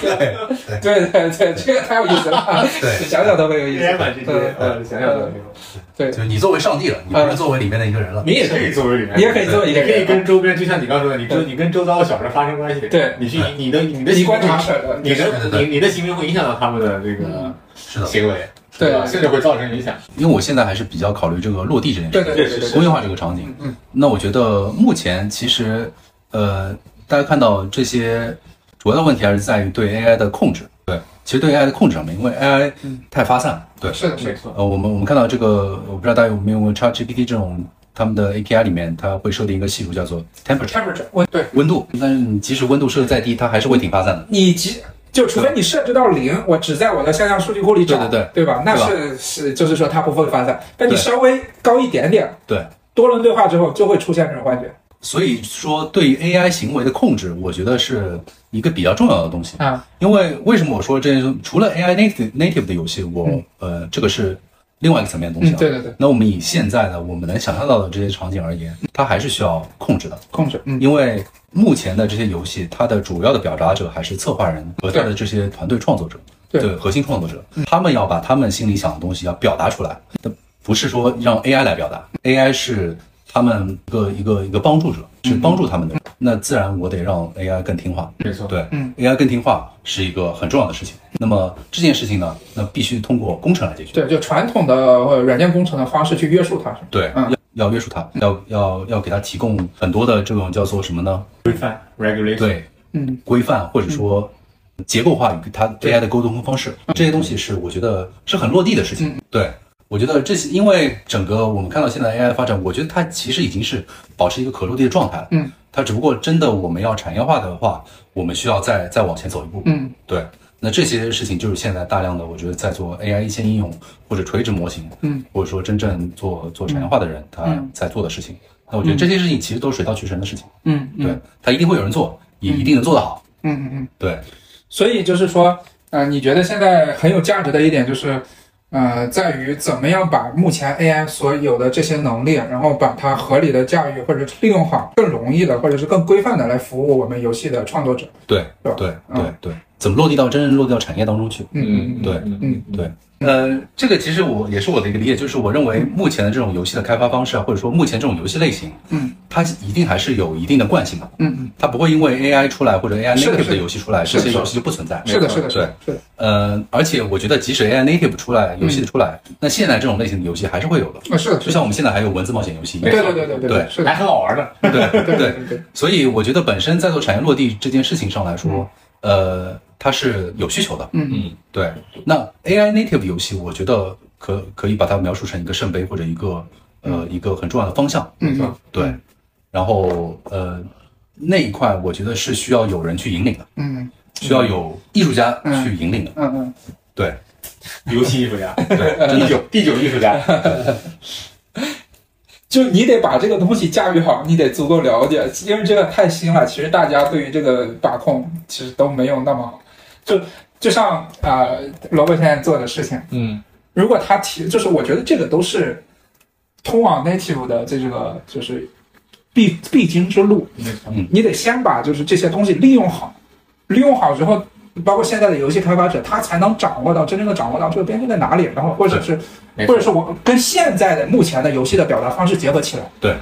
A: 对对对，这个太有意思了，
C: 对，
A: 想想都很有意
B: A I
A: 思。
B: 版 G T A，呃，想想都没有。
C: 就是你作为上帝了，你不是作为里面的一个人了。
B: 你也可以作为里面，
A: 你也可以做一
B: 你
A: 个
B: 可以
A: 人，
B: 跟周边，就像你刚说的，你周
A: 对
B: 你跟周遭的小人发生关系，
A: 对，
B: 你去你的你的
A: 你
B: 行为
A: 观察，者的，
B: 你
C: 对对
B: 的
C: 对
B: 你你的行为会影响到他们的这个
A: 嗯
C: 是的，
B: 行为，
A: 对
B: 吧甚至会造成影响。
C: 因为我现在还是比较考虑这个落地这件事
A: 对
C: 情
A: 对，对对对，
C: 工业化这个场景。
A: 嗯嗯，
C: 那我觉得目前其实，呃，大家看到这些主要的问题还是在于对 AI 的控制。对，其实对 AI 的控制上面，因为 AI
A: 嗯
C: 太发散了。对，
A: 是的，是
B: 没
A: 的，
B: 错，
C: 呃，我们我们看到这个，我不知道大家有没有用过 ChatGPT 这种他们的 API 里面，它会设定一个系数叫做 temperature
A: 开门转，我对。
C: 温度，但是你即使温度设得再低，它还是会挺发散的。
A: 你即就除非你设置到零，我只在我的向量数据库里找，
C: 对对对
A: 吧？那
C: 对
A: 是是就是说它不会发散，但你
C: 对
A: 稍微高一点点，
C: 对，
A: 多轮对话之后就会出现这种幻觉
C: 所以说，对于 AI 行为的控制，我觉得是一个比较重要的东西。
A: 啊，
C: 因为为什么我说这件事？除了 AI native native 的游戏，我、呃，这个是另外一个层面的东西、
A: 嗯，
C: 啊。
A: 对对对，
C: 那我们以现在的我们能想象到的这些场景而言，它还是需要控制的，
A: 控制，嗯，
C: 因为目前的这些游戏，它的主要的表达者还是策划人和他的这些团队创作者，
A: 对
C: 核心创作者，他们要把他们心里想的东西要表达出来，那不是说让 AI 来表达，AI 是他们一个一个一个帮助者，是帮助他们的人，那自然我得让 AI 更听话，
B: 没错，
C: 对，
A: 嗯
C: ，AI 更听话是一个很重要的事情。那么这件事情呢，那必须通过工程来解决。
A: 对，就传统的呃软件工程的方式去约束它，是吧
C: 对，
A: 嗯
C: 要要约束它，要要要给它提供很多的这种叫做什么呢？
B: 规范 regulation，
C: 对，
A: 嗯，
C: 规范或者说结构化与它 AI 的沟通方式，
A: 嗯
C: 这些东西是我觉得是很落地的事情。对。我觉得这些，因为整个我们看到现在 AI 的发展，我觉得它其实已经是保持一个可落地的状态了。
A: 嗯，
C: 它只不过真的我们要产业化的话，我们需要再再往前走一步。
A: 嗯，
C: 对，那这些事情就是现在大量的，我觉得在做 AI 一线应用或者垂直模型，
A: 嗯，
C: 或者说真正做做产业化的人，他
A: 嗯
C: 在做的事情。那我觉得这些事情其实都是水到渠成的事情，
A: 嗯嗯
C: 对，他一定会有人做，也一定能做得好，
A: 嗯嗯嗯，
C: 对，
A: 所以就是说，呃，你觉得现在很有价值的一点就是。呃，在于怎么样把目前 AI 所有的这些能力，然后把它合理的驾驭或者利用好，更容易的或者是更规范的来服务我们游戏的创作者。
C: 对，
A: 是
C: 对
A: 吧，
C: 对，对，怎么落地到真正落地到产业当中去？
A: 嗯，嗯
C: 对
B: 嗯
C: 对，呃，这个其实我也是我的一个理解，就是我认为目前的这种游戏的开发方式啊，或者说目前这种游戏类型，
A: 嗯，
C: 它一定还是有一定的惯性的，
A: 嗯
C: 它不会因为 AI 出来或者 AI
A: 是的
C: native
A: 是
C: 的
A: 的
C: 游戏出来，
A: 是的
C: 这些
A: 是的
C: 游戏就不存在
A: 嗯，。是的，是的，是
C: 对
A: 的，是的，
C: 呃，而且我觉得即使 AI native 出来，游
A: 嗯
C: 戏出来，那现在这种类型的游戏还是会有的，
A: 啊，是的，是
C: 就
A: 的，
C: 像我们现在还有文字冒险游戏一
A: 对
C: 样。
A: 对对对对，
C: 对
A: 是
B: 嗯还
A: 的，
B: 很好玩的，
C: 对
A: 对
C: 对，
A: 对对，
C: (laughs) 所以我觉得本身在做产业落地这件事情上来说，呃，它是有需求的。
A: 嗯，
C: 对，那 AI native 游戏，我觉得可可以把它描述成一个圣杯或者一个呃一个很重要的方向。
A: 嗯嗯
C: 对，然后呃那一块，我觉得是需要有人去引领的，
A: 嗯
C: 需要有艺术家
A: 嗯
C: 去引领的。
A: 嗯嗯，
C: 对，
B: 游戏艺术 (laughs) 家，
A: (laughs)
C: 对，真
B: 第
C: 的
B: 九第九艺术家，
A: 就你得把这个东西驾驭好，你得足够了解，因为这个太新了，其实大家对于这个把控其实都没有那么好，就就像啊、呃萝卜现在做的事情，
B: 嗯，
A: 如果他提，就是我觉得这个都是通往 native 的这个就是必必经之路。
B: 没错
C: 嗯
A: 你得先把就是这些东西利用好，利用好之后，包括现在的游戏开发者，他才能掌握到真正的掌握到这个边界在哪里，然后或者是
B: 没
A: 或
B: 错
A: 者是我跟现在的目前的游戏的表达方式结合起来。
C: 对。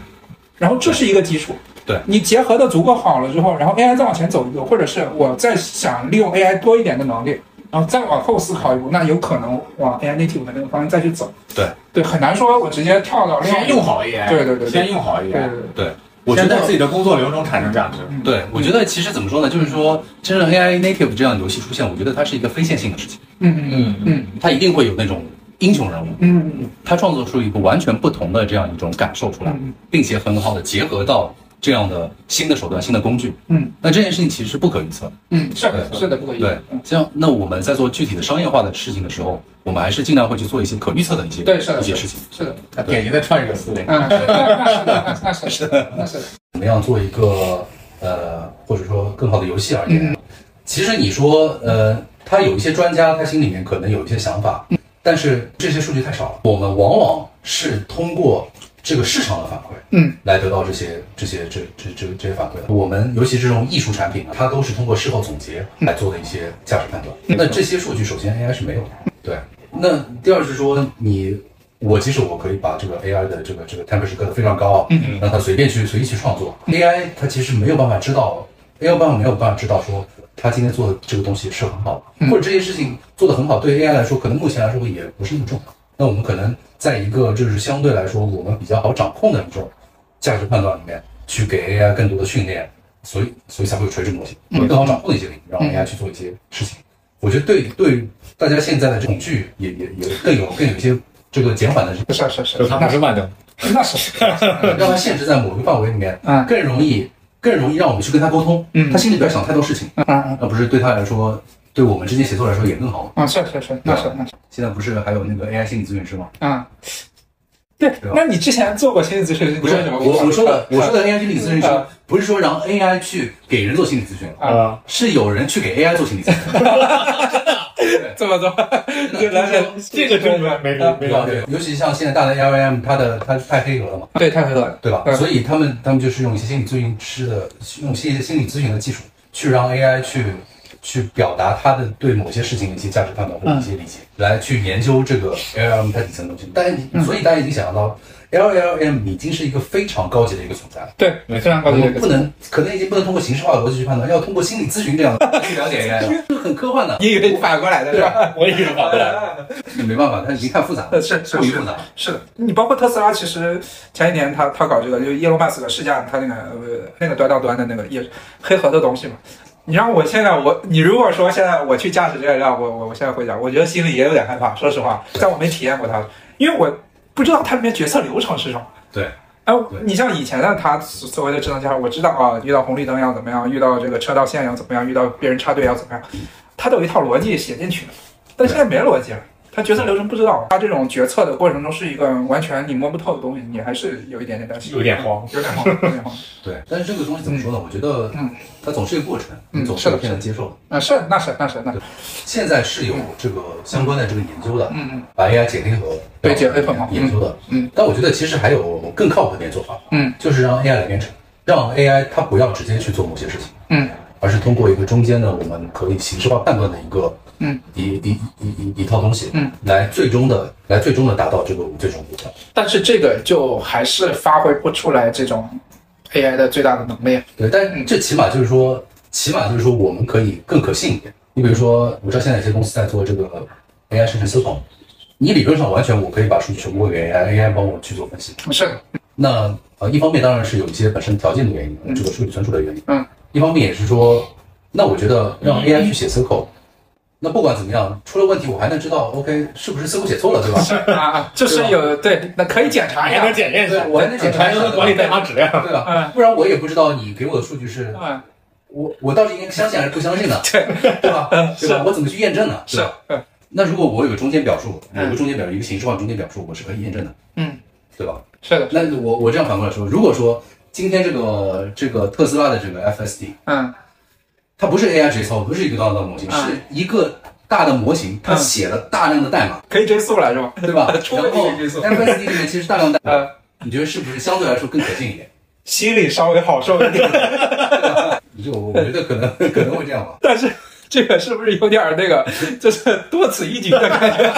A: 然后这是一个基础，
C: 对
A: 你结合的足够好了之后，然后 AI 再往前走一步，或者是我再想利用 AI 多一点的能力，然后再往后思考一步，那有可能往 AI native 的那个方向再去走。
C: 对
A: 对，很难说我直接跳到另外一
B: 先
A: 个
B: 用好 AI，
A: 对对对对
B: 先用好
A: 对对嗯
B: AI，
A: 对
C: 对，
B: 我觉得在自己嗯的工作流中产生价值。
C: 对，我觉得其实怎么说呢，就是说，真正 AI native 这样的游戏出现，我觉得它是一个非线性的事情，
A: 嗯嗯
B: 嗯，
A: 嗯
C: 它一定会有那种英雄人物，
A: 嗯嗯
C: 它创作出一个完全不同的这样一种感受出来
A: 嗯，
C: 并且很好的结合到这样的新的手段、新的工具。
A: 嗯
C: 那这件事情其实是不可预测的。
A: 嗯，是的是的，不可以。嗯
C: 对，像那我们在做具体的商业化的事情的时候，我们还是尽量会去做一些可预测的一些
A: 对是的
C: 一些事情。
A: 是的，
B: 它典型的创业者思维。
A: 嗯，是的，那是是的，那是的，
C: 怎么样做一个呃，或者说更好的游戏而言，其实你说呃，他有一些专家，他心里面可能有一些想法，但是这些数据太少了。我们往往是通过这个市场的反馈，
A: 嗯，
C: 来得到这些这些这这这这些反馈的。我们尤其是这种艺术产品啊，它都是通过事后总结来做的一些价值判断。那这些数据，首先 AI 是没有的。对，那第二是说你。我即使我可以把这个 AI 的这个这个 temperature 刻得非常高，嗯，让它随便去随意去创作，AI 它其实没有办法知道，AI 办法没有办法知道说他今天做的这个东西是很好的，或者这些事情做得很好，对 AI 来说可能目前来说也不是那么重要。那我们可能在一个就是相对来说我们比较好掌控的一种价值判断里面去给 AI 更多的训练，所以所以才会有垂直模型，会更好掌控的一些领域，让 AI 去做一些事情。我觉得对对大家现在的这种恐惧也也也更有更有一些这个减缓的，
A: 是是是
B: 就，它不是万能，
A: 那是
C: 让它限制在某个范围里面
A: 嗯，
C: 更容易更容易让我们去跟他沟通。
A: 嗯
C: 他心里不要想太多事情，
A: 啊
C: 而不是对他来说，对我们之间协作来说也更好。
A: 啊，是是是，那是那是
C: 现在不是还有那个 AI 心理咨询师吗？
A: 啊。对，那你之前做过心理咨询，
C: 不是啊我
A: (laughs)
C: 我说的我说的 AI 心理咨询师 (laughs)
A: 嗯，
C: 不是说让 AI 去给人做心理咨询，
B: 啊，
C: 是有人去给 AI 做心理咨 (laughs) 询。
A: 这么多，就来来，
B: 这个真的没没了解。
C: 对，尤其像现在大的 LLM，它的它太黑格了嘛，
A: 对，太合了，
C: 对吧？
A: 嗯
C: 所以他们他们就是用一些心理咨询师的用一些心理咨询的技术，去让 AI 去去表达他的对某些事情的一些价值判断或者一些理解，来去研究这个 LLM 它底层的东西。但是你所以大家已经想象到，LLM 已经是一个非常高级的一个存在了。
A: 对，啊非
B: 啊
A: 常
C: 我
A: 高级的
C: 们
A: 一
C: 不
A: 个，
C: 能，可能已经不能通过形式化的逻辑去判断，要通过心理咨询这样
A: (laughs)
C: 的去了解 AI 了，这个很科幻的，
A: 你以为你反过来的是吧？
B: 我也 (laughs) 是反
C: 啊
B: 过来。
C: 没办法，它已经太复杂了，
A: 是是
C: 过于复杂。
A: (laughs) 是的，你包括特斯拉，其实前几年他他搞这个，就是伊隆马斯克试驾他那个呃那个端到端的那个也黑盒的东西嘛。你让我现在我你如果说现在我去驾驶这个让我我我现在回家，我觉得心里也有点害怕，说实话，但我没体验过它，因为我不知道它里面决策流程是什么。
C: 对。
A: 哎
C: 对，
A: 你像以前的他所所谓的智能驾驶，我知道啊，遇到红绿灯要怎么样，遇到这个车道线要怎么样，遇到别人插队要怎么样，他都有一套逻辑写进去的。但现在没逻辑了，他决策流程不知道，他这种决策的过程中是一个完全你摸不透的东西，你还是有一点点担心，
B: 有点慌，
A: 有点慌，有点慌。
C: 对，但是这个东西怎么说呢？我觉得
A: 嗯，
C: 它总是一个过程，
A: 嗯
C: 你总是有变得接受的。
A: 啊，是，那是，那是，那是，
C: 现在是有这个相关的这个研究的，
A: 嗯嗯，
C: 把 AI 解黑盒，
A: 对解黑盒嘛
C: 研究的，
A: 嗯嗯。
C: 但我觉得其实还有更靠谱的一点做法，
A: 嗯，
C: 就是让 AI 来编程，让 AI 它不要直接去做某些事情，
A: 嗯，
C: 而是通过一个中间呢，我们可以形式化判断的一个，
A: 嗯，
C: 一一一一一套东西，
A: 嗯，
C: 来最终的来最终的达到这个最终目标。
A: 但是这个就还是发挥不出来这种 AI 的最大的能力。
C: 对，但
A: 嗯
C: 是这起码就是说，起码就是说，我们可以更可信一点。你比如说，我知道现在有些公司在做这个 AI 生成系统，你理论上完全我可以把数据全部给 AI，AI 帮我去做分析。
A: 是的，
C: 那呃，一方面当然是有一些本身条件的原因，这个数据存储的原因。
A: 嗯。
C: 一方面也是说，那我觉得让 AI 去写 SQL，那不管怎么样，出了问题我还能知道，OK，是不是 SQL 写错了，对吧？
A: 啊， (laughs) 就是有对，哎那可以检查一
B: 还
A: 下
B: 能。检验一下，
C: 对我还能检查一下
B: 还能管理代码质量。
C: 对吧
A: 嗯？
C: 不然我也不知道你给我的数据是
A: 嗯，
C: 我我到底应该相信还是不相信呢？
A: 对，嗯
C: 对吧？对吧？我怎么去验证呢？
A: 是
C: 对吧
A: 嗯
C: 那如果我有个中间表述，有
A: 嗯
C: 个中间表，一个形式化中间表述，我是可以验证的，
A: 嗯，
C: 对吧？
A: 是的，
C: 那我我这样反过来说，如果说今天这个这个特斯拉的这个 FSD，
A: 嗯，
C: 它不是 AI 直接操作，不是一个大的模型，
A: 嗯
C: 是一个大的模型，它
A: 嗯
C: 写了大量的代码，
A: 可以追溯了是吧？
C: 对吧？
A: 嗯充
C: 然
A: 分
C: 后
A: 可以追溯
C: FSD 里面其实大量代码，
A: (laughs) 呃，
C: 你觉得是不是相对来说更可信一点？ (laughs)
A: 心里稍微好受一点， (laughs)
C: 就我我觉得可能可能会这
A: (laughs)
C: 样吧。
A: 但是这个是不是有点儿那个， (laughs) 就是多此一举的感觉？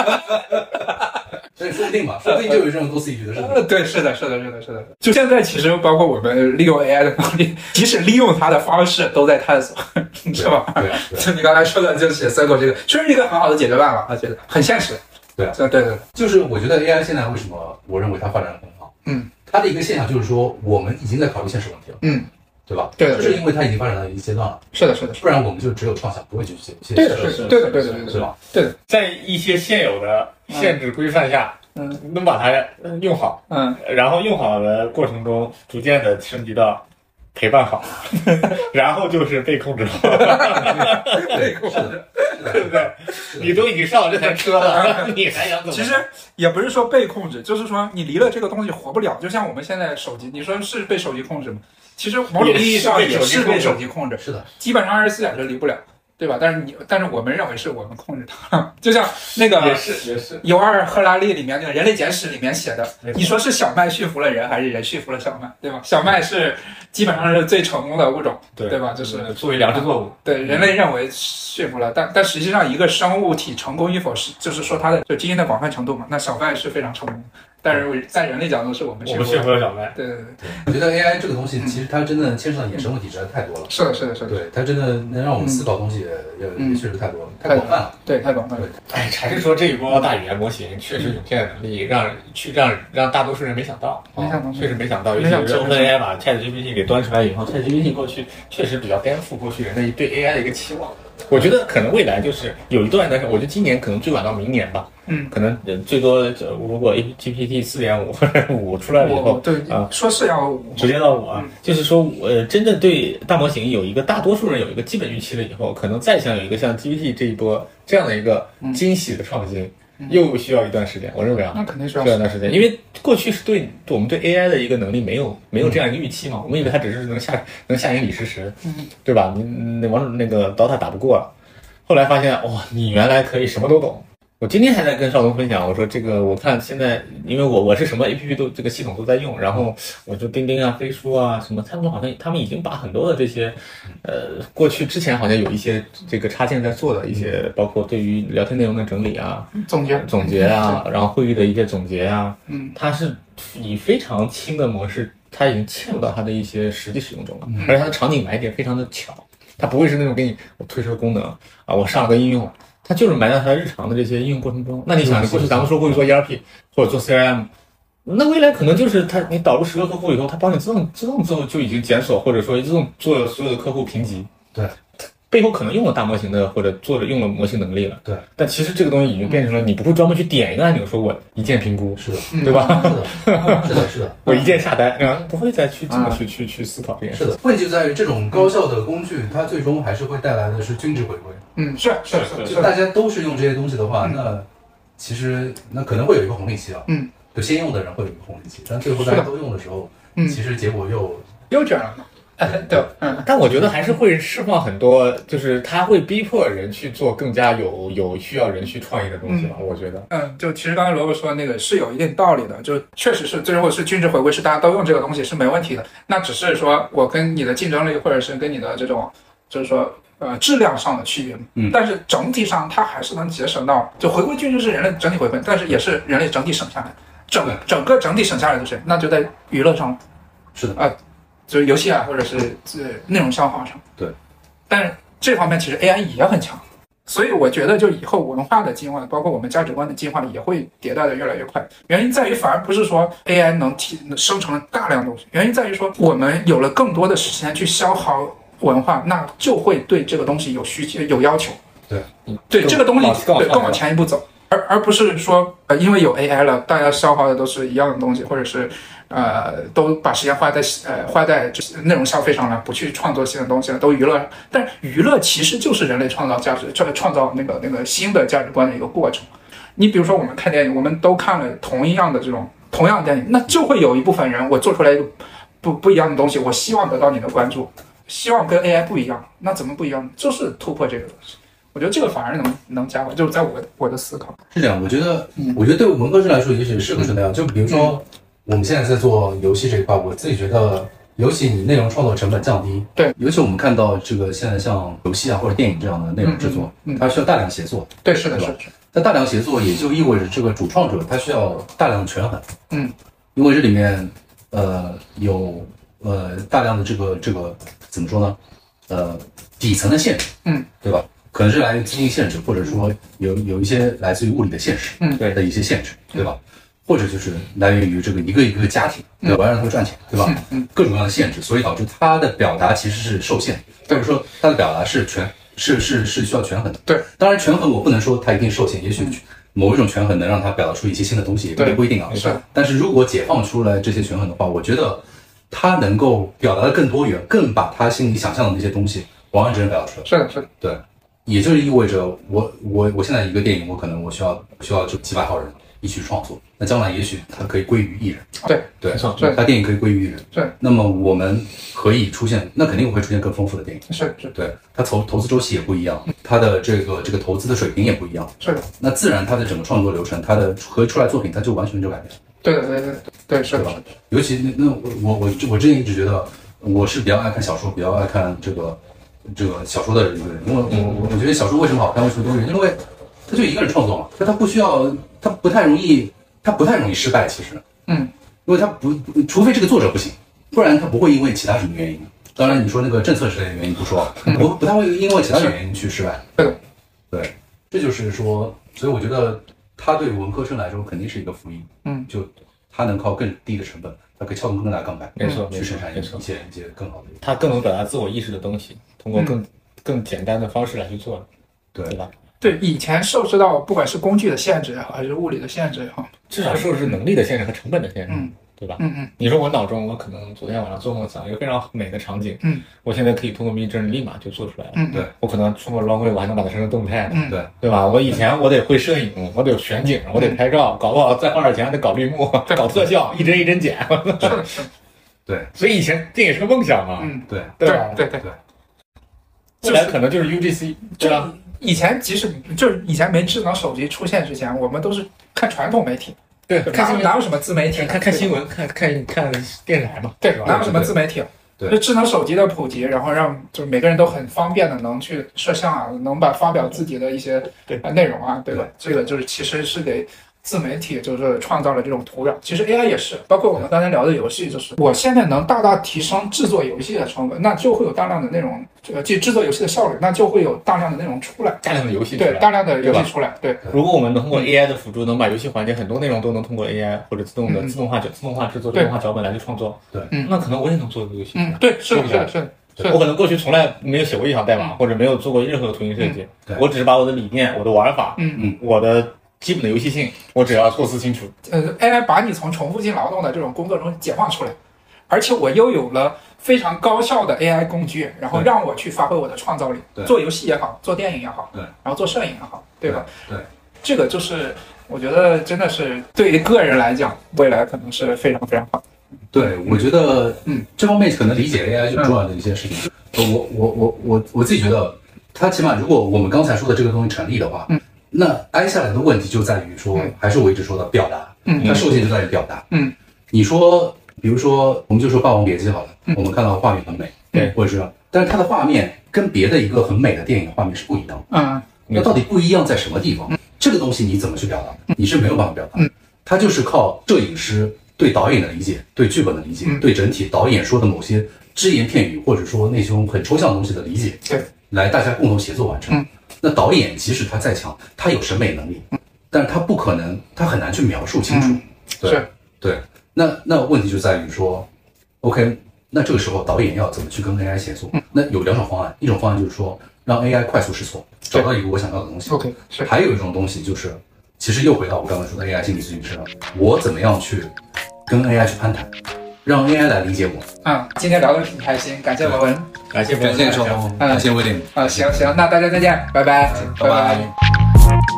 C: 所以说不定吧，说不定就有这种多此一举的事情。
A: 呃， (laughs) 对， (laughs) 是的，是的，是的，是的。就现在，其实包括我们利用 AI 的能力， (laughs) 即使利用它的方式都在探索， (laughs) 是吧？
C: 对啊，对啊，
A: 就你刚才说的，就是写 circle 这个，确实是一个很好的解决办法，我觉得很现实。
C: 对啊
A: 对对对，
C: 就是我觉得 AI 现在为什么我认为它发展得很好，
A: 嗯，
C: 它的一个现象就是说，我们已经在考虑现实问题了，
A: 嗯，
C: 对吧？
A: 对的对的
C: 是因为它已经发展到一个阶段了，
A: 是的，是的，是
C: 不然我们就只有创想，不会去写写
A: 对的
C: 实
A: 是对的对的对的
C: 是吧？
A: 对的，
B: 在一些现有的限制规范下，
A: 嗯
B: 能把它用好，
A: 嗯，
B: 然后用好的过程中，逐渐的升级到陪伴 (laughs) 好，然后就是被控制好，
C: 对，是的，
B: 对不对？你都已经上了这台车 (laughs) 了，你还想怎么？
A: 其实也不是说被控制，就是说你离了这个东西活不了。就像我们现在手机，你说是被手机控制吗？其实某种意义上也是被手机控制，
C: 是的，
A: 基本上二十四小时离不了，对吧？但是你，但是我们认为是我们控制它了， (laughs) 就像那个
B: 也是也是，
A: 尤二赫拉利里面那个《人类简史》里面写的
B: 没，错
A: 你说是小麦驯服了人，还是人驯服了小麦，对吧？小麦是基本上是最成功的物种，
B: 对
A: 对吧？嗯就是
B: 作为粮食作物，
A: 对人类认为驯服了，但但实际上一个生物体成功与否是，就是说它的就基因的广泛程度嘛。那小麦是非常成功的，但是在人类角度是我们
B: 我
A: 驯
B: 们
A: 服了。
B: 驯服了小麦。
A: 对对对，
C: 我觉得 AI 这个东西其实它真的牵涉到衍生问题实在太多了，
A: 是的，是的，是的，
C: 对，它真的能让我们思考的东西也也也确实太多了，太广泛了，
A: 对，太广泛了。
B: 哎，还是说这一波大语言模型确实涌现的能力，让去让让大多数人没想到，
A: 没想到
B: 确实没想到。尤
A: 没
B: 其
A: 想到
B: 是 OpenAI 把 ChatGPT 给端出来以后，ChatGPT 过去确实比较颠覆过去人类对 AI 的一个期望。我觉得可能未来就是有一段，但是我觉得今年可能最晚到明年吧，
A: 嗯，
B: 可能呃最多呃如果 GPT 四点五或者五出来了以
A: 我
B: 后，
A: 对
B: 啊
A: 说是要我嗯
B: 直接到我啊，就是说，呃，真正对大模型有一个大多数人有一个基本预期了以后，可能再想有一个像 GPT 这一波这样的一个
A: 嗯
B: 惊喜的创新，又需要一段时间。我认为啊，
A: 那肯定是要
B: 需要一段时间，因为过去是对对我们对 AI 的一个能力没有没有这样一个预期嘛，我们以为它只是能下能下赢李世石，对吧？你那王那个 DOTA 打不过了，后来发现哇、你原来可以什么都懂。我今天还在跟邵东分享，我说这个我看现在，因为我我是什么 A P P 都这个系统都在用，然后我就钉钉啊、飞书啊什么，他们好像他们已经把很多的这些，呃，过去之前好像有一些这个插件在做的一些，包括对于聊天内容的整理啊、
A: 总结
B: 总结啊，然后会议的一些总结啊，
A: 嗯，
B: 它是以非常轻的模式，它已经嵌入到它的一些实际使用中了，
C: 嗯
B: 而且它的场景埋点非常的巧，它不会是那种给你我推出个功能啊，我上了个应用，它就是埋到它日常的这些应用过程中。那你想，过去咱们说过去做 ERP 或者做 CRM，那未来可能就是它你导入十个客户以后，它帮你自动自动做就已经检索或者说自动做所有的客户评级，
C: 对，
B: 背后可能用了大模型的或者做了用了模型能力了，
C: 对，
B: 但其实这个东西已经变成了你不会专门去点一个按钮说我一键评估，
C: 是的，
A: 嗯
B: 对吧？
C: 是的，是的，是的。
B: 我一键下单，然后不会再去这
A: 啊
B: 么去去去思考这件事
C: 是。的，问题就在于这种高效的工具，它最终还是会带来的是均值回归。
A: 嗯，是是
B: 是
A: 是，
C: 就是大家都是用这些东西的话，那其实那可能会有一个红利期啊。
A: 嗯，
C: 就先用的人会有一个红利期，但最后大家都用的时候，
A: 嗯
C: 其实结果又
A: 又卷了嘛？ (laughs) 对，嗯，
B: 但我觉得还是会释放很多，就是它会逼迫人去做更加有有需要人去创意的东西吧。我觉得，
A: 嗯，就其实刚才萝卜说那个是有一定道理的，就确实是最后是均值回归，是大家都用这个东西是没问题的。那只是说我跟你的竞争力，或者是跟你的这种，就是说呃质量上的区别。
C: 嗯
A: 但是整体上它还是能节省到，就回归均值是人类整体回归，但是也是人类整体省下来，整
C: 对
A: 整个整体省下来的是，那就在娱乐上，
C: 是的
A: 啊、就是游戏啊，或者是这内容消化上。
C: 对，
A: 但是这方面其实 AI 也很强。所以我觉得，就以后文化的进化，包括我们价值观的进化，也会迭代的越来越快。原因在于，反而不是说 AI 能提能生成大量东西，原因在于说我们有了更多的时间去消耗文化，那就会对这个东西有需求、有要求。
C: 对，
A: 嗯对
B: 更
A: 这个东
B: 往
A: 西，
B: 更往
A: 对
B: 上
A: 更往前一步走，而而不是说，呃，因为有 AI 了，大家消耗的都是一样的东西，或者是呃，都把时间花在呃花在这些内容消费上了，不去创作新的东西了，都娱乐。但娱乐其实就是人类创造价值、创创造那个那个新的价值观的一个过程。你比如说，我们看电影，我们都看了同一样的这种同样的电影，那就会有一部分人，我做出来一个不不一样的东西，我希望得到你的关注，希望跟 AI 不一样。那怎么不一样呢？就是突破这个东西。我觉得这个反而能能加快，就是在我的我的思考。
C: 是这样。我觉得，
A: 嗯
C: 我觉得对文科生来说，也许是个是那样。就比如说，我们现在在做游戏这一块，我自己觉得，尤其你内容创作成本降低，
A: 对，
C: 尤其我们看到这个现在像游戏啊或者电影这样的内容制作，
A: 嗯嗯嗯
C: 它需要大量协作，
A: 对，是的，
C: 对
A: 是
C: 吧
A: 的，是的
C: 但大量协作也就意味着这个主创者他需要大量的权衡，
A: 嗯，
C: 因为这里面呃有呃大量的这个这个怎么说呢，呃底层的限制，
A: 嗯，
C: 对吧？可能是来源于经济限制，或者说有有一些来自于物理的现实，
A: 嗯
B: 对
C: 的一些限制，对吧？或者就是来源于这个一个一个家庭，
A: 嗯
C: 对吧？我要让他们赚钱，对吧？各种各样的限制，所以导致他的表达其实是受限，
A: 嗯
C: 或者说他的表达是权是是是需要权衡的。
A: 对，嗯
C: 当然权衡我不能说他一定受限，也许某一种权衡能让他表达出一些新的东西，
A: 对
C: 也不一定啊。
A: 没错
C: 但是如果解放出来这些权衡的话，我觉得他能够表达的更多元，更把他心里想象的那些东西完完整整表达出来。
A: 是的，是的，
C: 对，也就是意味着我我我现在一个电影，我可能我需要需要就几百号人一起创作，那将来也许它可以归于一人，
A: 对，
C: 对
B: 没错，
A: 对
C: 它电影可以归于一人，
A: 对，
C: 那么我们可以出现，那肯定会出现更丰富的电影，
A: 是是
C: 对，它投投资周期也不一样，它的这个这个投资的水平也不一样，
A: 是的，
C: 那自然它的整个创作流程，它的和出来作品它就完全就改变了。
A: 对的，对对对对是的，
C: 对
A: 是
C: 吧
A: 的
C: 尤其那那我我我我之前一直觉得我是比较爱看小说，比较爱看这个这个小说的一个人，因为我
A: 嗯
C: 我我觉得小说为什么好看，为什么多元，因为他就一个人创作嘛，就他不需要，他不太容易，他不太容易失败，其实，
A: 嗯，
C: 因为他不，除非这个作者不行，不然他不会因为其他什么原因。当然，你说那个政策之类的原因不说，啊
A: 嗯
C: 不不太会因为其他原因去失败。
A: 对的
C: 对，这就是说，所以我觉得他对文科生来说肯定是一个福音。
A: 嗯
C: 就他能靠更低的成本，他可以撬动更大的杠杆，
B: 没错，没
C: 去
B: 错
C: 生，产
B: 没
C: 一
B: 错，
C: 些一些更好的。
B: 他更能表达自我意识的东西，通过
A: 嗯
B: 更更简单的方式来去做，对
C: 对，
B: 吧？
A: 对，以前受制到不管是工具的限制也好，还是物理的限制也好，
B: 至少受制能力的限制和成本的限制，
A: 嗯
B: 对吧？
A: 嗯嗯，
B: 你说我脑中，我可能昨天晚上做梦想一个非常美的场景，
A: 嗯，
B: 我现在可以通过密政立马就做出来了，
A: 嗯
C: 对
B: 我可能通过 runway 我还能把它生成动态，啊
A: 嗯
C: 对
B: 对吧？我以前我得会摄影，我得有选景，我得拍照，搞不好再花点钱还得搞绿幕、搞特效，一帧一帧剪。
A: 是的，是的，
C: 对
B: 所以以前这也是个梦想嘛，
A: 嗯，
C: 对
A: 对
B: 吧？
A: 对对，
B: 未
C: 对
B: 来可能就是 UGC，对吧？
A: 以前即使就是以前没智能手机出现之前，我们都是看传统媒体，
B: 对，看
A: 哪
B: 新
A: 有
B: 闻
A: 哪有什么自媒体？
B: 看看新闻，看看看电视台嘛，
A: 对
B: 是，
A: 哪
B: 吧？
A: 有什么自媒体？啊
C: 对
A: 就智能手机的普及，然后让就是每个人都很方便的能去摄像啊，能把发表自己的一些
B: 对
A: 呃内容啊，对吧？
C: 对
A: 这个就是其实是给自媒体就是创造了这种土壤。其实 AI 也是，包括我们刚才聊的游戏，就是我现在能大大提升制作游戏的成本，那就会有大量的内容，呃，即制作游戏的效率，那就会有大量的内容出来，
B: 大量的游戏出
A: 对，
B: 来。
A: 大量的游
B: 对吧
A: 戏出来，对，
B: 如果我们能通过 AI 的辅助，能把游戏环节很多内容都能通过 AI 或者自动的
A: 嗯
B: 自动化制、自动化制作、自
A: 对
B: 动化脚本来去创作，
C: 对
A: 嗯
B: 那可能我也能做一个游戏。
A: 嗯，对，是的，是
B: 是不是
A: 的，是的，是
B: 我可能过去从来没有写过一行代码，或者没有做过任何图形设计
C: 嗯对，
B: 我只是把我的理念、我的玩法、
A: 嗯
C: 嗯
B: 我的基本的游戏性，我只要构思清楚，
A: 呃，AI 把你从重复性劳动的这种工作中解放出来，而且我又有了非常高效的 AI 工具，然后
C: 对
A: 让我去发挥我的创造力
C: 对，
A: 做游戏也好，做电影也好，
C: 对
A: 然后做摄影也好，对吧？
C: 对对
A: 这个就是我觉得真的是对于个人来讲，未来可能是非常非常好。
C: 对，我觉得
A: 嗯
C: 这方面可能理解 AI 最重要的一些事情。呃我我我我我自己觉得，它起码如果我们刚才说的这个东西成立的话，
A: 嗯
C: 那挨下来的问题就在于说
A: 嗯，
C: 还是我一直说的表达，
A: 嗯
C: 它受限就在于表达。
A: 嗯，
C: 你说，比如说，我们就说《霸王别姬》好了，
A: 嗯
C: 我们看到画面很美，
B: 对
C: 或者是，但是它的画面跟别的一个很美的电影的画面是不一样的。
A: 嗯，
B: 没
C: 那
B: 错
C: 到底不一样在什么地方？这个东西你怎么去表达？你是没有办法表达
A: 嗯，
C: 它就是靠摄影师对导演的理解、对剧本的理解、
A: 嗯
C: 对整体导演说的某些只言片语，或者说那种很抽象的东西的理解，
A: 对，
C: 来大家共同协作完成
A: 嗯。
C: 那导演即使他再强，他有审美能力，但是他不可能，他很难去描述清楚
A: 嗯。
C: 对
A: 是
C: 对，那那问题就在于说，OK，那这个时候导演要怎么去跟 AI 协
A: 嗯
C: 作？那有两种方案，一种方案就是说让 AI 快速试错，找到一个我想要的东西。
A: 嗯 OK，是
C: 还有一种东西就是，其实又回到我刚才说的 AI 心理咨询身上，我怎么样去跟 AI 去攀谈，让 AI 来理解我。
A: 嗯，今天聊的挺开心，感谢文文
B: 感谢朋友们
C: 嗯感谢收，听，感谢威廉，
A: 啊，行行，那大家再见，拜拜，
C: 拜拜。